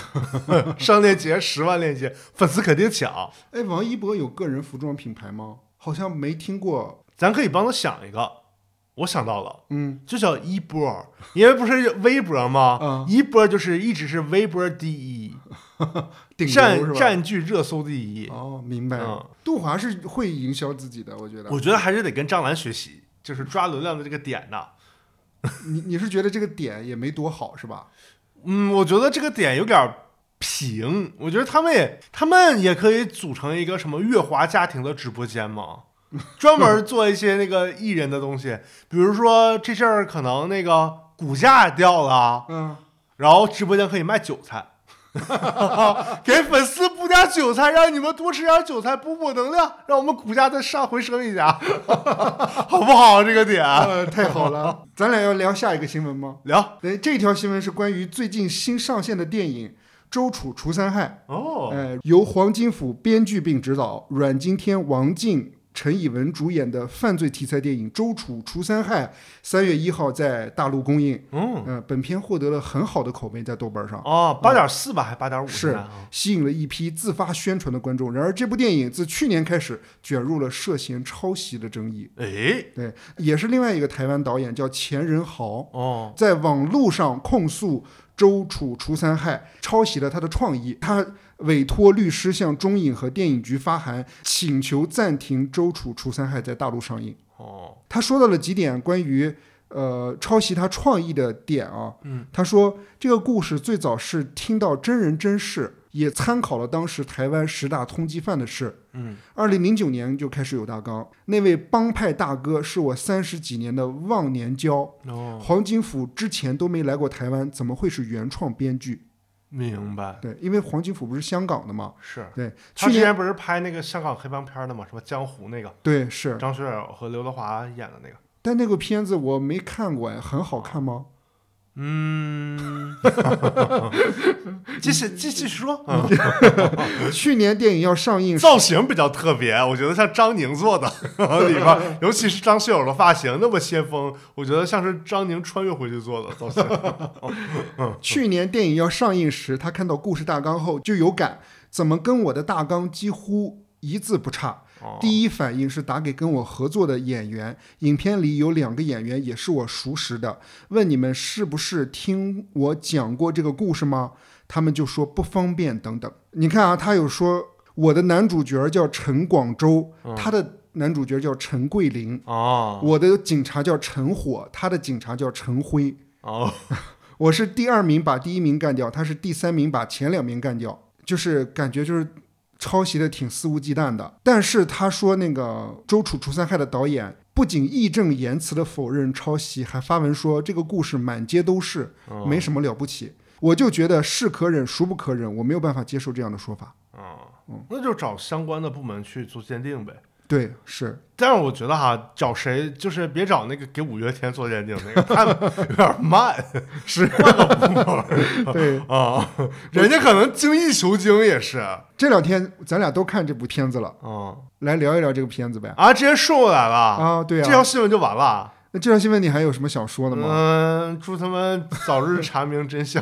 上链接十万链接，粉丝肯定抢。哎，王一博有个人服装品牌吗？好像没听过。咱可以帮他想一个，我想到了，嗯，就叫一波，因为不是微博吗？嗯一波就是一直是微博第一，顶流是占吧？占据热搜第一。哦，明白。嗯杜华是会营销自己的，我觉得。我觉得还是得跟张兰学习，就是抓流量的这个点呐、你你是觉得这个点也没多好是 吧？嗯，我觉得这个点有点平，我觉得他们也他们也可以组成一个什么月华家庭的直播间嘛，专门做一些那个艺人的东西，比如说这阵儿可能那个股价掉了，嗯，然后直播间可以卖韭菜， 给粉丝补点韭菜，让你们多吃点韭菜补补能量，让我们股价再上回升一下， 好不好？这个点呃，太好了， 咱俩要聊下一个新闻吗？聊对，这条新闻是关于最近新上线的电影《周楚除三害》，哦，呃，由黄金甫编剧并执导，阮经天、王静、陈以文主演的犯罪题材电影《周楚除三害》，三月一号在大陆公映。嗯，呃，本片获得了很好的口碑，在豆瓣上。哦，八点四吧，还八点五啊是吸引了一批自发宣传的观众。然而，这部电影自去年开始卷入了涉嫌抄袭的争议。哎，对，也是另外一个台湾导演叫钱仁豪，哦，在网路上控诉周楚除三害抄袭了他的创意。他委托律师向中影和电影局发函，请求暂停周楚除三害在大陆上映。哦，他说到了几点关于呃抄袭他创意的点啊，嗯，他说这个故事最早是听到真人真事，也参考了当时台湾十大通缉犯的事。嗯，二零零九年就开始有大纲，那位帮派大哥是我三十几年的忘年交，哦，黄金甫之前都没来过台湾，怎么会是原创编剧？明白，对，因为黄金甫不是香港的嘛。是。对，他去之年前不是拍那个香港黑帮片的嘛，什么江湖那个，对是，张学友和刘德华演的那个。但那个片子我没看过哎，很好看 吗？嗯，继续继续说，去年电影要上映，造型比较特别，我觉得像张宁做的 里边 儿，尤其是张学友的发型那么先锋，我觉得像是张宁穿越回去做的造型。去年电影要上映时，他看到故事大纲后就有感，怎么跟我的大纲几乎一字不差？ 哦第一反应是打给跟我合作的演员，影片里有两个演员也是我熟识的，问你们是不是听我讲过这个故事吗？他们就说不方便等等。你看啊，他有说我的男主角叫陈广州，他的男主角叫陈桂林，嗯哦我的警察叫陈火，他的警察叫陈辉。哦，我是第二名把第一名干掉，他是第三名把前两名干掉，就是感觉就是抄袭的挺肆无忌惮的。但是他说那个周楚除三害的导演不仅义正言辞的否认抄袭，还发文说这个故事满街都是，哦没什么了不起。我就觉得是可忍孰不可忍，我没有办法接受这样的说法。嗯，那就找相关的部门去做鉴定呗。对， 是但是我觉得哈，找谁就是别找那个给五月天做鉴定那个， 他有点慢，是换个部门儿对。啊， 人家可能精益求精也是，这两天咱俩都看这部片子了，嗯来聊一聊这个片子呗。啊，直接顺过来了，啊，对这啊条，新闻就完了。那这条新闻你还有什么想说的吗？啊嗯，祝他们早日查明 真相。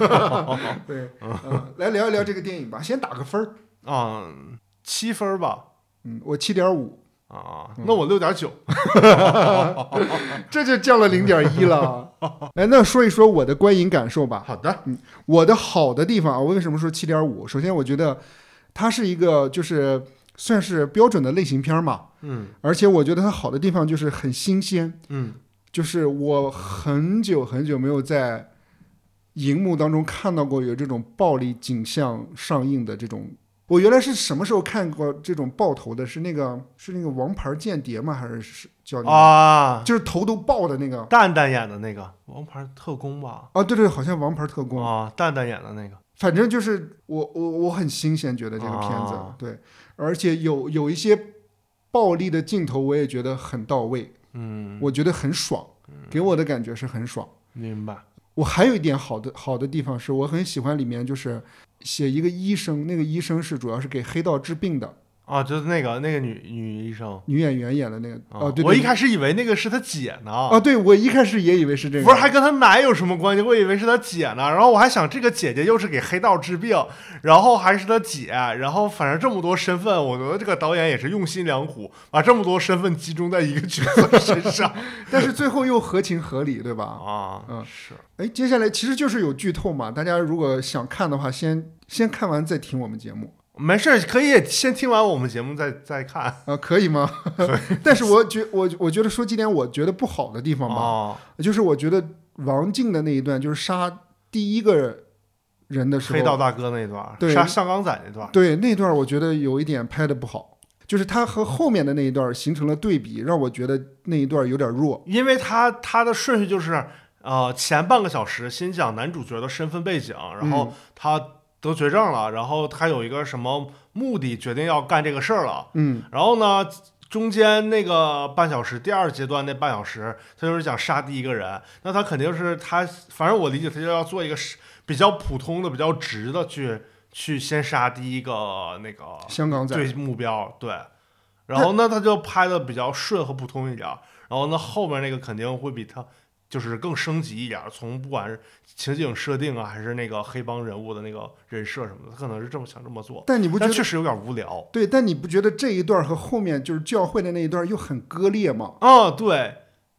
对，啊嗯，来聊一聊这个电影 吧，先打个分儿。嗯，七分儿吧。嗯，我七点 五，啊，那我六点九。这就降了零点一 了。哎，那说一说我的观影感受吧。嗯好的，我的好的地方啊，我为什么说七点五？首先，我觉得它是一个就是算是标准的类型片儿嘛，嗯而且我觉得它好的地方就是很新鲜，嗯就是我很久很久没有在荧幕当中看到过有这种暴力景象上映的这种。我原来是什么时候看过这种爆头的？是那个是那个《王牌间谍》吗？还是是叫那个？啊，就是头都爆的那个蛋蛋演的那个《王牌特工》吧？啊，对对，好像《王牌特工》啊，蛋蛋演的那个。反正就是我我我很新鲜，觉得这个片子、啊对，而且有有一些暴力的镜头，我也觉得很到位，嗯，我觉得很爽，给我的感觉是很爽。明白。我还有一点好的好的地方是，我很喜欢里面就是写一个医生，那个医生是主要是给黑道治病的啊，就是那个那个女女医生。女演员演的那个哦、对对啊我一开始以为那个是她姐呢。啊，对我一开始也以为是这个，不是，还跟她奶有什么关系？我以为是她姐呢。然后我还想，这个姐姐又是给黑道治病，然后还是她姐，然后反正这么多身份，我觉得这个导演也是用心良苦，把这么多身份集中在一个角色身上 但是最后又合情合理，对吧？啊嗯是哎，接下来其实就是有剧透嘛，大家如果想看的话，先先看完再听我们节目没事，可以先听完我们节目再再看。啊、可以吗？ 但是我觉我我觉得说几点我觉得不好的地方吧，哦，就是我觉得王静的那一段，就是杀第一个人的时候，黑道大哥那段，对杀上岗仔那段，对那段我觉得有一点拍的不好，就是他和后面的那一段形成了对比，让我觉得那一段有点弱。因为他他的顺序就是，呃，前半个小时先讲男主角的身份背景，然后他得绝症了，然后他有一个什么目的，决定要干这个事儿了。嗯，然后呢，中间那个半小时，第二阶段那半小时，他就是想杀第一个人。那他肯定是他，反正我理解他就要做一个是比较普通的、比较直的去去先杀第一个那个香港仔对目标对。然后呢，他就拍的比较顺和普通一点儿。然后呢，后面那个肯定会比他就是更升级一点儿，从不管是情景设定啊，还是那个黑帮人物的那个人设什么的，他可能是这么想这么做。但你不觉但得确实有点无聊对？但你不觉得这一段和后面就是教会的那一段又很割裂吗？啊、对，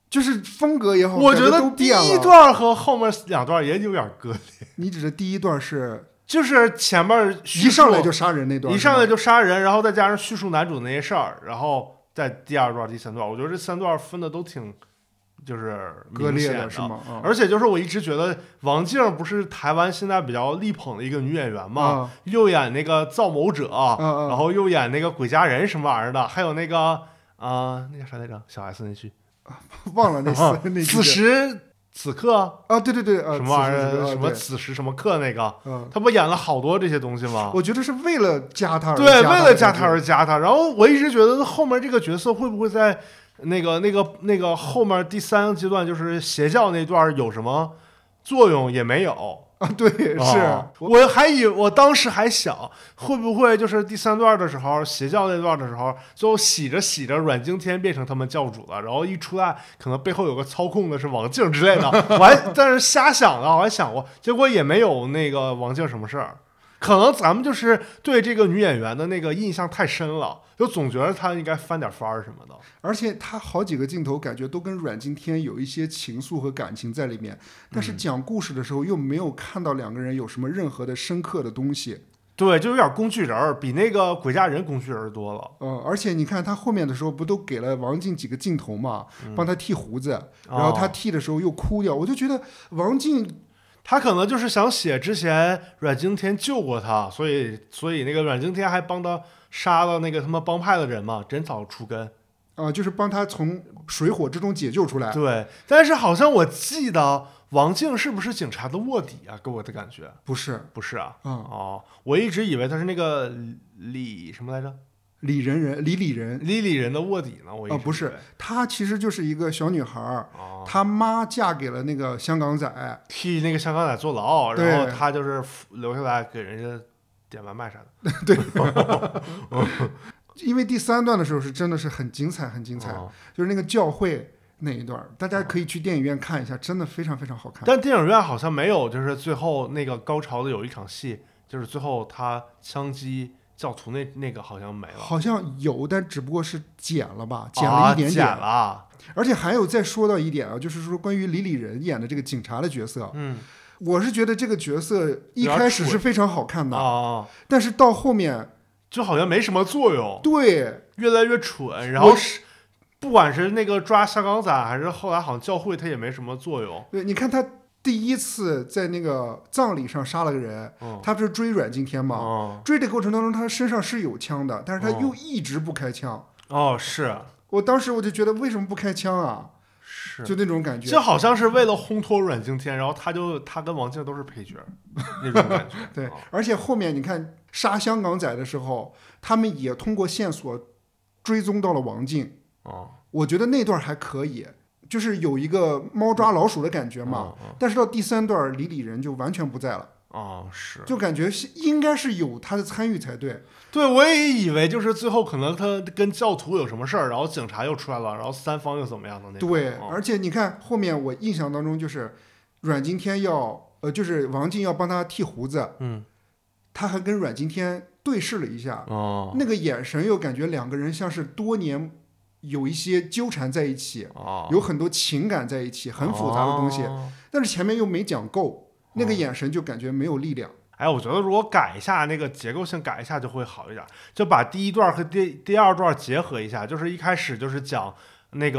就是风格也好，我哦感觉都得第变一了。段和后面两段也有点割裂，你指的第一段是就是前面叙一上来述就杀人那段，一上是来吗就杀人，然后再加上叙述男主那些事儿，然后再第二段、第三段，我觉得这三段分的都挺就是割明裂显了的是？吗？啊而且就是我一直觉得王静不是台湾现在比较力捧的一个女演员嘛，啊又演那个《造谋者》啊啊！然后又演那个《鬼家人》什么玩意儿的，还有那个啊、那叫啥来着？小 S 那剧忘了那啊四那此几时此刻个啊，对对对，啊什么玩意此时此儿？刻什么对此时什么刻那个，嗯，他不演了好多这些东西吗？我觉得是为了加他而啊对，为了加他他而加他。然后我一直觉得后面这个角色会不会在那个、那个、那个后面第三个阶段，就是邪教那段有什么作用？也没有。啊，对 是啊，我还以我当时还想，会不会就是第三段的时候，邪教那段的时候，最后洗着洗着，阮经天变成他们教主了，然后一出来，可能背后有个操控的是王静之 类的，我还但是瞎想的，我还想过，结果也没有那个王静什么事儿。可能咱们就是对这个女演员的那个印象太深了，就总觉得她应该翻点番儿什么的。而且他好几个镜头感觉都跟阮经天有一些情愫和感情在里面，但嗯是讲故事的时候又没有看到两个人有什么任何的深刻的东西。对，就有点工具人儿，比那个鬼嫁人工具人儿多了。嗯，而且你看他后面的时候不都给了王静几个镜头嘛，帮他剃胡子，然后他嗯哦剃的时候又哭掉，我就觉得王静他可能就是想写之前阮经天救过他，所以所以那个阮经天还帮他杀了那个他妈帮派的人嘛，斩草除根。啊、就是帮他从水火之中解救出来。对，但是好像我记得王静是不是警察的卧底啊？给我的感觉不是，不是啊。嗯，哦，我一直以为他是那个李什么来着，李仁仁，李李仁，李李人的卧底呢。我一直啊不是以为她其实就是一个小女孩儿，哦，她妈嫁给了那个香港仔，替那个香港仔坐牢，对然后他就是留下来给人家点外卖啥的。因为第三段的时候是真的是很精彩，很精彩，哦就是那个教会那一段儿，大家可以去电影院看一下，真的非常非常好看。啊但电影院好像没有，就是最后那个高潮的有一场戏，就是最后他枪击教徒那那个好像没了，好像有，但只不过是剪了吧，剪了一点点，啊、剪了，而且还有再说到一点啊，就是说关于李李仁演的这个警察的角色，嗯我是觉得这个角色一有点开始蠢是非常好看的，啊，但是到后面，就好像没什么作用，对越来越蠢，然我后是不管是那个抓香港仔，还是后来好像教会，他也没什么作用，对，你看他第一次在那个葬礼上杀了个人，嗯，他不是追阮经天吗？嗯追的过程当中，他身上是有枪的，但是他哦又一直不开枪。哦是我当时我就觉得为什么不开枪啊？是。就那种感觉。就。好像是为了烘托阮经天，然后他就他跟王静都是配角儿那种感觉对啊，而且后面你看杀香港仔的时候，他们也通过线索追踪到了王静。哦，我觉得那段还可以，就是有一个猫抓老鼠的感觉嘛。嗯？但是到第三段，李李仁就完全不在了，哦，是。就感觉是应该是有他的参与才对。对，我也以为就是最后可能他跟教徒有什么事儿，然后警察又出来了，然后三方又怎么样的那种。对，哦而且你看后面我印象当中就是阮经天要呃，就是王静要帮他剃胡子，嗯，他还跟阮经天对视了一下，哦，那个眼神又感觉两个人像是多年有一些纠缠在一起，哦，有很多情感在一起，很复杂的东西，哦但是前面又没讲够，嗯那个眼神就感觉没有力量。哎，我觉得如果改一下那个结构性改一下就会好一点，就把第一段和第第二段结合一下，就是一开始就是讲。那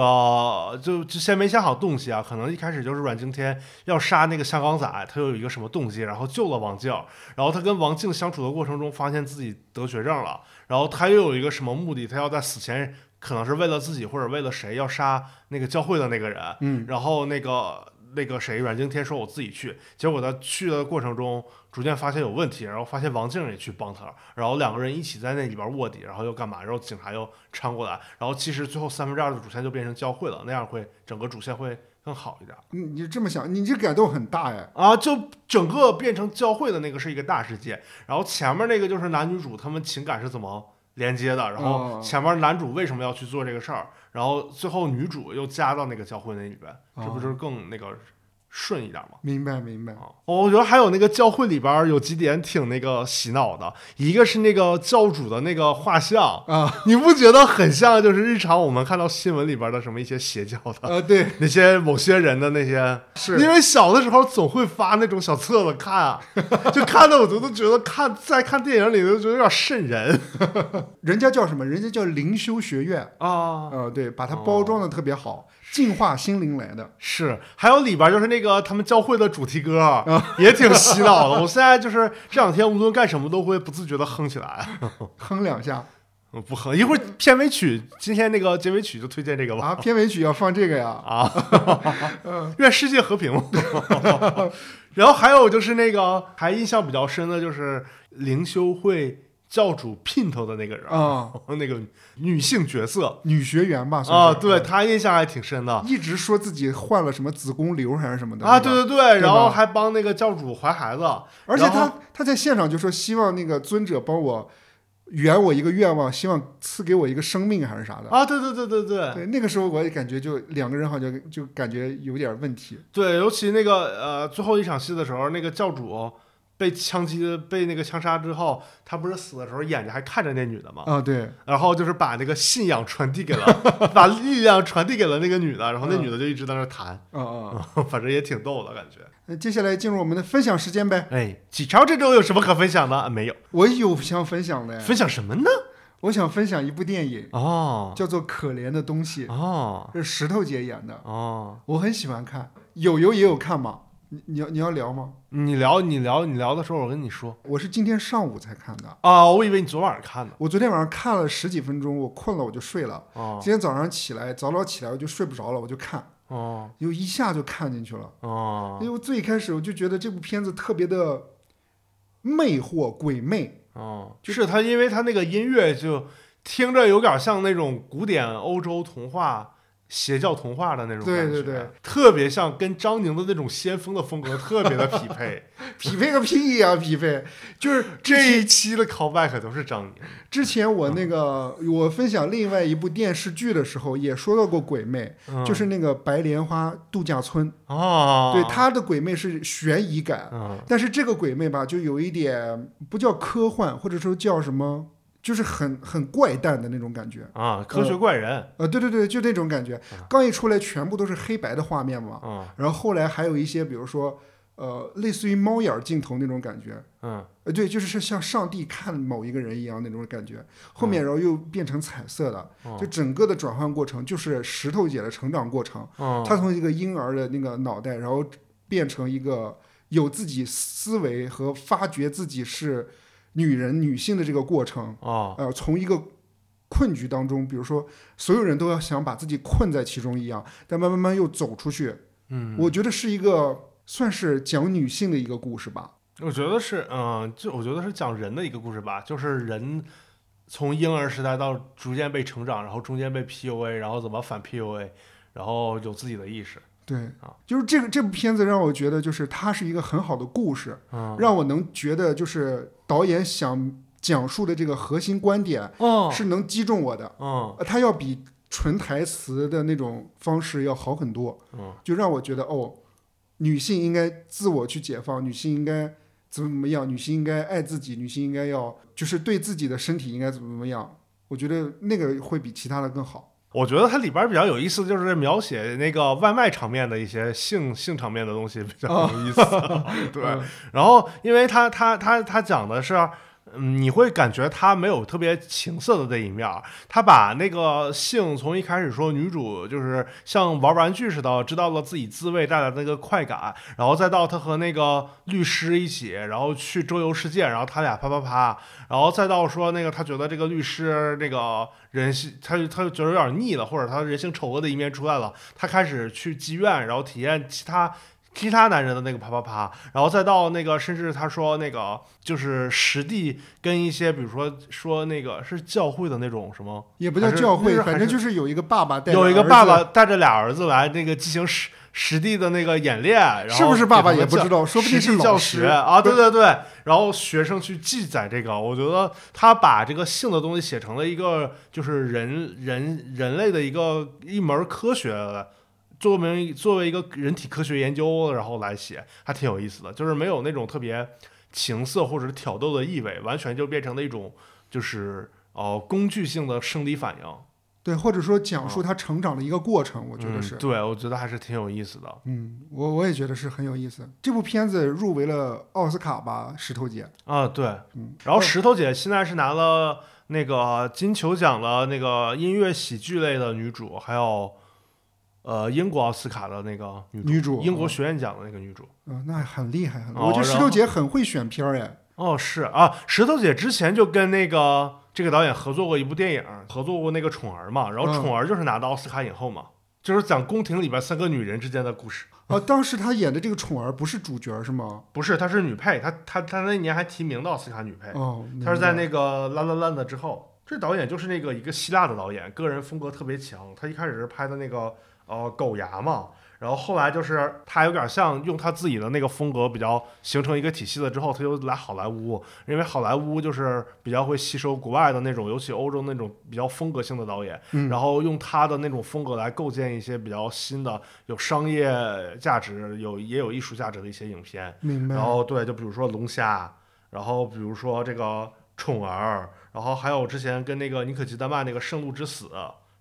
个就之前没想好动机啊，可能一开始就是阮经天要杀那个香港仔，他有一个什么动机，然后救了王静，然后他跟王静相处的过程中发现自己得绝症了，然后他又有一个什么目的，他要在死前可能是为了自己或者为了谁要杀那个教会的那个人，嗯，然后那个那个谁阮经天说我自己去，结果他去的过程中逐渐发现有问题，然后发现王静也去帮他，然后两个人一起在那里边卧底，然后又干嘛，然后警察又掺过来，然后其实最后三分之二的主线就变成交汇了，那样会整个主线会更好一点你嗯你这么想，你这改动很大哎。啊。就整个变成交汇的那个是一个大事件，然后前面那个就是男女主他们情感是怎么。连接的，然后哦前面男主为什么要去做这个事儿，然后最后女主又加到那个交汇那里边，这不就是更那个顺一点吗？明白明白，啊，哦，我觉得还有那个教会里边儿有几点挺那个洗脑的，一个是那个教主的那个画像啊，你不觉得很像就是日常我们看到新闻里边儿的什么一些邪教的呃，对，那些某些人的那些？是因为小的时候总会发那种小册子看啊，就看的我都都觉得看在看电影里都觉得有点瘆人人家叫什么？人家叫灵修学院，啊。呃，对，把它包装的特别好，净化心灵来的。是，还有里边儿就是那个他们教会的主题歌儿，也挺洗脑的。我现在就是这两天无论干什么都会不自觉的哼起来。哼两下嗯，不哼，一会儿片尾曲，今天那个结尾曲就推荐这个吧。啊啊，片尾曲要放这个 呀，愿世界和平。 然后还有就是那个还印象比较深的就是灵修会教主姘头的那个人，啊，那个女性角色女学员吧，啊，算是嗯对，她印象还挺深的。一直说自己患了什么子宫瘤还是什么的吧啊，对对对，对嗯然吧后还帮那个教主怀孩子，而且然后他他在现场就说希望那个尊者帮我圆我一个愿望，希望赐给我一个生命还是啥的。啊，对对对对对，对，那个时候我也感觉就两个人好像就感觉有点问题。对，尤其那个呃，最后一场戏的时候，那个教主被枪击、被那个枪杀之后，他不是死的时候眼睛还看着那女的吗？啊，对，然后就是把那个信仰传递给 了，把力量传递给了那个女的，然后那嗯女的就一直在那儿弹， 啊啊，反正也挺逗的感觉。那接下来进入我们的分享时间呗。哎，几超这周有什么可分享的？啊没有，我有想分享的，分享什么呢？我想分享一部电影，哦叫做《可怜的东西》，哦是石头姐演的，哦，我很喜欢看。友友也有看吗？你你要你要聊吗？你聊你聊你聊的时候，我跟你说我是今天上午才看的，啊，我以为你昨晚看的我昨天晚上看了十几分钟，我困了我就睡了。哦今天早上起来早早起来我就睡不着了，我就看，哦就一下就看进去了。因哦为我最开始我就觉得这部片子特别的魅惑、鬼魅， 哦，就是他，因为他那个音乐就听着有点像那种古典欧洲童话。邪教童话的那种感对对觉，对，特别像跟张宁的那种先锋的风格特别的匹配， 匹配个屁呀、 匹配！就是这之一期的 callback 都是张宁之前我那个我分享另外一部电视剧的时候也说到过鬼魅，，嗯就是那个《白莲花度假村》，哦，对，它的鬼魅是悬疑感，嗯但是这个鬼魅吧，就有一点不叫科幻，或者说叫什么，就是很很怪诞的那种感觉。啊，科学怪人，呃，对对对，就那种感觉。刚一出来，全部都是黑白的画面嘛，嗯然后后来还有一些，比如说，呃，类似于猫眼儿镜头那种感觉，嗯呃，对，就是是像上帝看某一个人一样那种感觉。后面然后又变成彩色的，嗯就整个的转换过程就是石头姐的成长过程，嗯，她从一个婴儿的那个脑袋，然后变成一个有自己思维和发掘自己是女人、女性的这个过程。哦呃，从一个困局当中，比如说所有人都要想把自己困在其中一样，但慢慢慢又走出去。嗯，我觉得是一个算是讲女性的一个故事吧。我觉得是，嗯，就我觉得是讲人的一个故事吧，就是人从婴儿时代到逐渐被成长，然后中间被 PUA，然后怎么反 PUA，然后有自己的意识，对啊，就是这个这部片子让我觉得，就是它是一个很好的故事，嗯让我能觉得就是导演想讲述的这个核心观点哦是能击中我的，嗯呃它要比纯台词的那种方式要好很多。嗯就让我觉得哦，女性应该自我去解放，女性应该怎么怎么样，女性应该爱自己，女性应该要就是对自己的身体应该怎么怎么样。我觉得那个会比其他的更好。我觉得它里边儿比较有意思，就是描写那个外卖场面的一些性性场面哦的东西比较有意思。对，嗯然后因为他他他他讲的是。嗯，你会感觉他没有特别情色的这一面儿，他把那个性从一开始说女主就是像玩玩具似的，知道了自己自慰带来的那个快感，然后再到他和那个律师一起，然后去周游世界，然后他俩啪啪啪，然后再到说那个他觉得这个律师那个人性，他他就觉得有点腻了，或者他人性丑恶的一面出来了，他开始去妓院，然后体验其他其他男人的那个啪啪啪，然后再到那个，甚至他说那个就是实地跟一些，比如说说那个是教会的那种什么，也不叫教还会，是就是反正就是有一个爸爸带着有一个儿子爸爸，带着俩儿子来那个进行实实地的那个演练，然后是不是爸爸给也他们不教知道，说不定实是地教老学师啊，对对对，然后学生去记载这个，我觉得他把这个性的东西写成了一个就是人人人类的一个一门科学，作为作为一个人体科学研究，然后来写，还挺有意思的，就是没有那种特别情色或者是挑逗的意味，完全就变成了一种就是哦、呃工具性的生理反应，对，或者说讲嗯述他成长的一个过程，我我觉得是。对，我觉得还是挺有意思的嗯，我我也觉得是很有意思。这部片子入围了奥斯卡吧，石头姐。啊，对，嗯，然后石头姐现在是拿了那个金球奖的那个音乐喜剧类的女主，还有呃英国奥斯卡的那个女主，女主啊英国学院奖的那个女主。嗯、那很厉害，很厉害。哦我觉得然石后头姐很会选片儿哎。哦，是啊，石头姐之前就跟那个这个导演合作过一部电影，合作过那个《宠儿》嘛，然后嗯《宠儿》就是拿到奥斯卡影后嘛，就是讲宫廷里边三个女人之间的故事。哦、当时她演的这个宠儿不是主角是吗？不是，她是女配，她她她那年还提名到奥斯卡女配。哦，他是在明白那个《La La Land》之后，这导演就是那个一个希腊的导演，个人风格特别强。他一开始是拍的那个呃狗牙嘛，然后后来就是他有点像用他自己的那个风格比较形成一个体系了之后，他就来好莱坞，因为好莱坞就是比较会吸收国外的那种，尤其欧洲那种比较风格性的导演，嗯然后用他的那种风格来构建一些比较新的、有商业价值、有也有艺术价值的一些影片。明白。然后对，就比如说龙虾，然后比如说这个宠儿，然后还有之前跟那个妮可基德曼那个《圣路之死》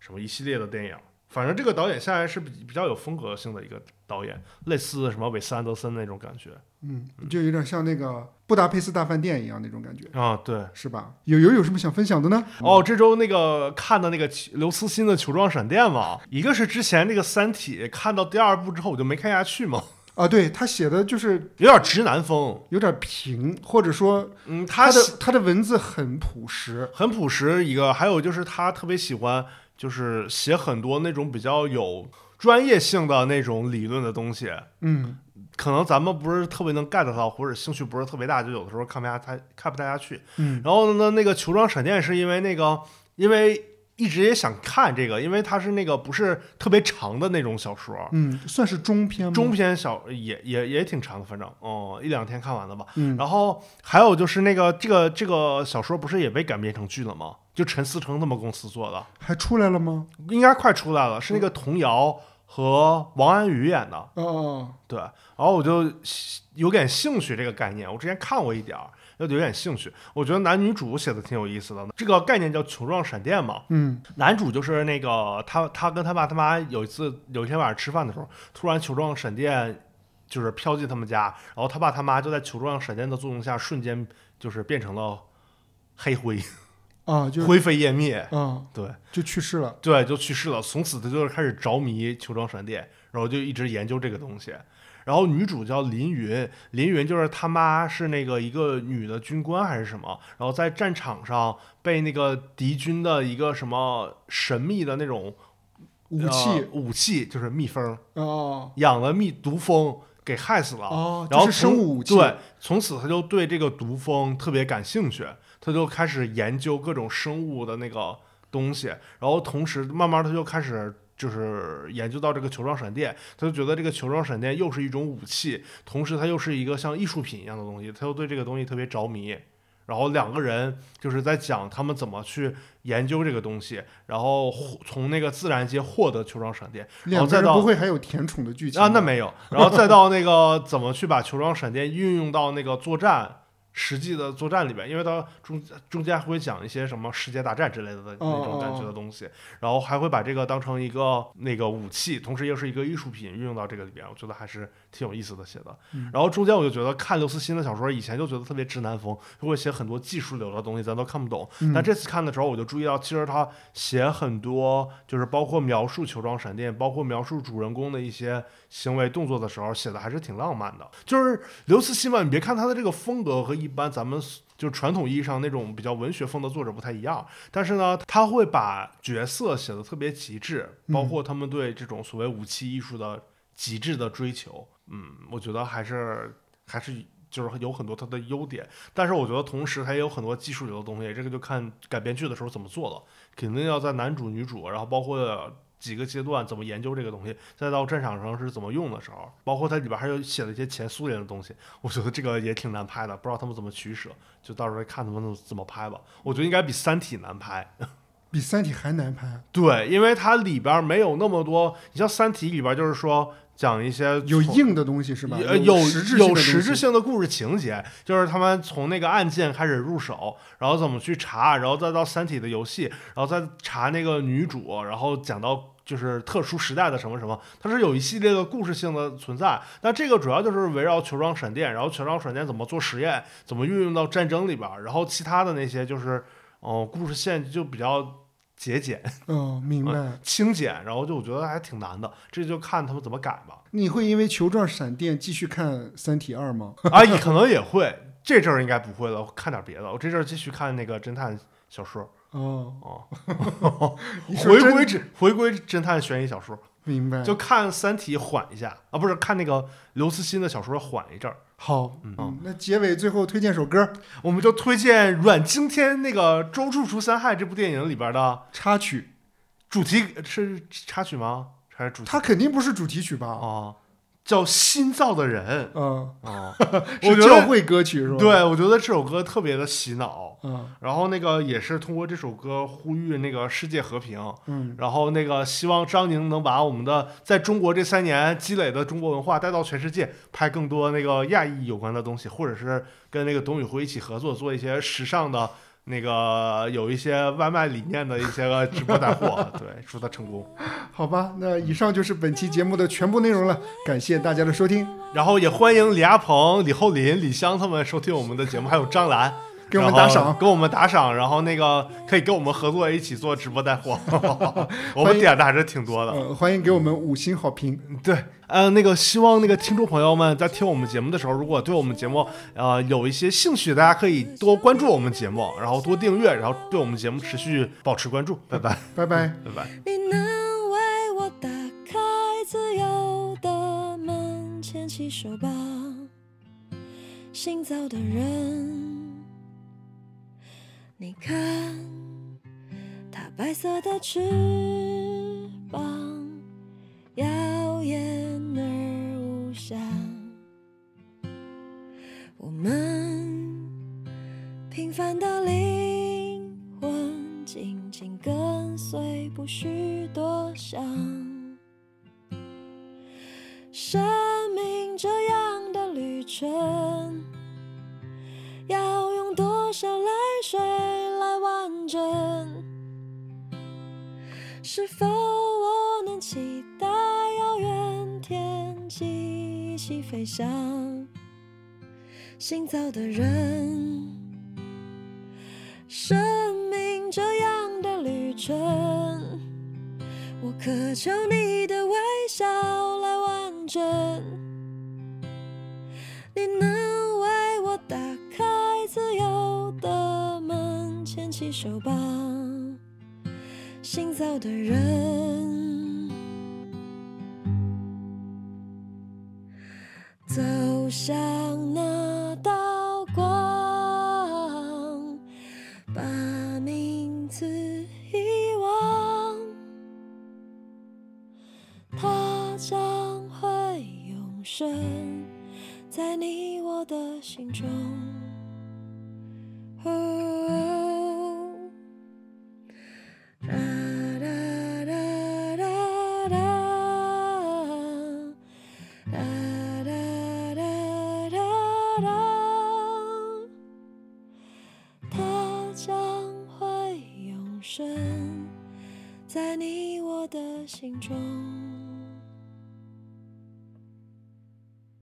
什么一系列的电影，反正这个导演下来是比比较有风格性的一个导演，类似什么韦斯安德森那种感觉嗯，就有点像那个布达佩斯大饭店一样那种感觉，啊，对。是吧？友友有什么想分享的呢？哦，这周那个看的那个球刘慈欣的《球状闪电》嘛，一个是之前那个《三体》看到第二部之后我就没看下去嘛，啊，对他写的就是有点直男风。有点平，或者说嗯，他他的的他的文字很朴实。很朴实一个，还有就是他特别喜欢就是写很多那种比较有专业性的那种理论的东西，嗯，可能咱们不是特别能 get 到，或者兴趣不是特别大，就有的时候看不下他看不太下去。嗯，然后呢，那个球状闪电是因为那个因为。一直也想看这个，因为它是那个不是特别长的那种小说，嗯，算是中篇吗？中篇小也也也挺长的，反正哦、一两天看完了吧。嗯然后还有就是那个这个这个小说不是也被改编成剧了吗？就陈思诚他们公司做的，还出来了吗？应该快出嗯来了，是那个童瑶和王安宇演的。哦哦，对，然后我就有点兴趣这个概念，我之前看过一点儿，就有点兴趣。我觉得男女主写的挺有意思的，这个概念叫球状闪电嘛。嗯男主就是那个他，他跟他爸他妈有一次有一天晚上吃饭的时候，突然球状闪电就是飘进他们家，然后他爸他妈就在球状闪电的作用下，瞬间就是变成了黑灰，啊，就是灰飞烟灭。啊，对就去世了。对，就去世了。从此他就是开始着迷球状闪电，然后就一直研究这个东西。然后女主叫林云，林云就是他妈是那个一个女的军官还是什么，然后在战场上被那个敌军的一个什么神秘的那种武呃器武器就是蜜蜂，哦养了蜜毒蜂给害死了。哦，然后这是生从物武器。对，从此他就对这个毒蜂特别感兴趣，他就开始研究各种生物的那个东西，然后同时慢慢他就开始就是研究到这个球状闪电，他就觉得这个球状闪电又是一种武器，同时它又是一个像艺术品一样的东西，他又对这个东西特别着迷。然后两个人就是在讲他们怎么去研究这个东西，然后获从那个自然界获得球状闪电，然后两再个人到不会还有甜宠的啊剧情啊，那没有。然后再到那个怎么去把球状闪电运用到那个作战实际的作战里边，因为它中中间会讲一些什么世界大战之类的嗯那种感觉的东西，然后还会把这个当成一个那个武器，同时又是一个艺术品运用到这个里边，我觉得还是挺有意思的写的。嗯然后中间我就觉得看刘慈欣的小说，以前就觉得特别直男风，就会写很多技术流的东西，咱都看不懂。嗯但这次看的时候，我就注意到，其实他写很多，就是包括描述球状闪电，包括描述主人公的一些行为动作的时候，写的还是挺浪漫的。就是刘慈欣嘛，你别看他的这个风格和一般咱们就传统意义上那种比较文学风的作者不太一样，但是呢，他会把角色写的特别极致，包括他们对这种所谓武器艺术的极致的追求。嗯，我觉得还是还是就是有很多它的优点，但是我觉得同时它也有很多技术流的东西，这个就看改编剧的时候怎么做了，肯定要在男主、女主，然后包括呃几个阶段怎么研究这个东西，再到战场上是怎么用的时候，包括它里边还有写了一些前苏联的东西，我觉得这个也挺难拍的，不知道他们怎么取舍，就到时候看他们怎么拍吧。我觉得应该比《三体》难拍，比《三体》还难拍，对，因为它里边没有那么多，你像《三体》里边就是说讲一些有从硬的东西是吧？呃，有有实质性的有东西实质性的故事情节，就是他们从那个案件开始入手，然后怎么去查，然后再到《三体》的游戏，然后再查那个女主，然后讲到就是特殊时代的什么什么，它是有一系列的故事性的存在。那这个主要就是围绕球状闪电，然后球状闪电怎么做实验，怎么运用到战争里边儿，然后其他的那些就是，嗯、故事线就比较节俭、 嗯，明白。轻简，然后就我觉得还挺难的，这就看他们怎么改吧。你会因为球状闪电继续看《三体二》吗？ 啊，也可能也会，这阵儿应该不会了，我看点别的。我这阵儿继续看那个侦探小说，哦哦， 你说回真归侦回归侦探悬疑小说，明白就看《三体》缓一下啊，不是看那个刘慈欣的小说缓一阵儿。好。嗯，嗯，那结尾最后推荐首歌我们就推荐阮经天那个《周处除三害》这部电影里边的插曲，主题是插曲吗？还是主题？它肯定不是主题曲吧？哦，叫《心造的人》嗯， 哦，我是觉教得，会歌曲是吧？，对我觉得这首歌特别的洗脑。嗯然后那个也是通过这首歌呼吁那个世界和平，嗯，然后那个希望张宁能把我们的在中国这三年积累的中国文化带到全世界，拍更多那个亚裔有关的东西，或者是跟那个董宇辉一起合作做一些时尚的那个有一些外卖理念的一些个直播带货，对，祝他成功。好吧，那以上就是本期节目的全部内容了，感谢大家的收听，然后也欢迎李亚鹏、李厚林、李湘他们收听我们的节目，还有张兰。给我们打然后赏，给我们打赏，然后那个可以跟我们合作一起做直播 带货，我欢们迎点的还是挺多的。呃，欢迎给我们五星好评。对，呃，那个希望那个听众朋友们在听我们节目的时候，如果对我们节目呃有一些兴趣，大家可以多关注我们节目，然后多订阅，然后对我们节目持续保持关注。拜拜，拜拜。拜拜。你能为我打开自由的门，牵起手吧，新造的人。你看，它白色的翅膀，耀眼而无瑕。我们平凡的灵魂，紧紧跟随，不需多想。生命这样的旅程，要用多少泪水来完整？是否我能期待遥远天际一起飞翔？新造的人。生命这样的旅程，我渴求你的微笑来完整。你能为我打开自由的门，牵起手吧，新造的人。走向那道光，把名字遗忘，它将会永生在你我的心中。哦啦啦啦啦啦。啦啦啦啦啦，深，在你我的心中。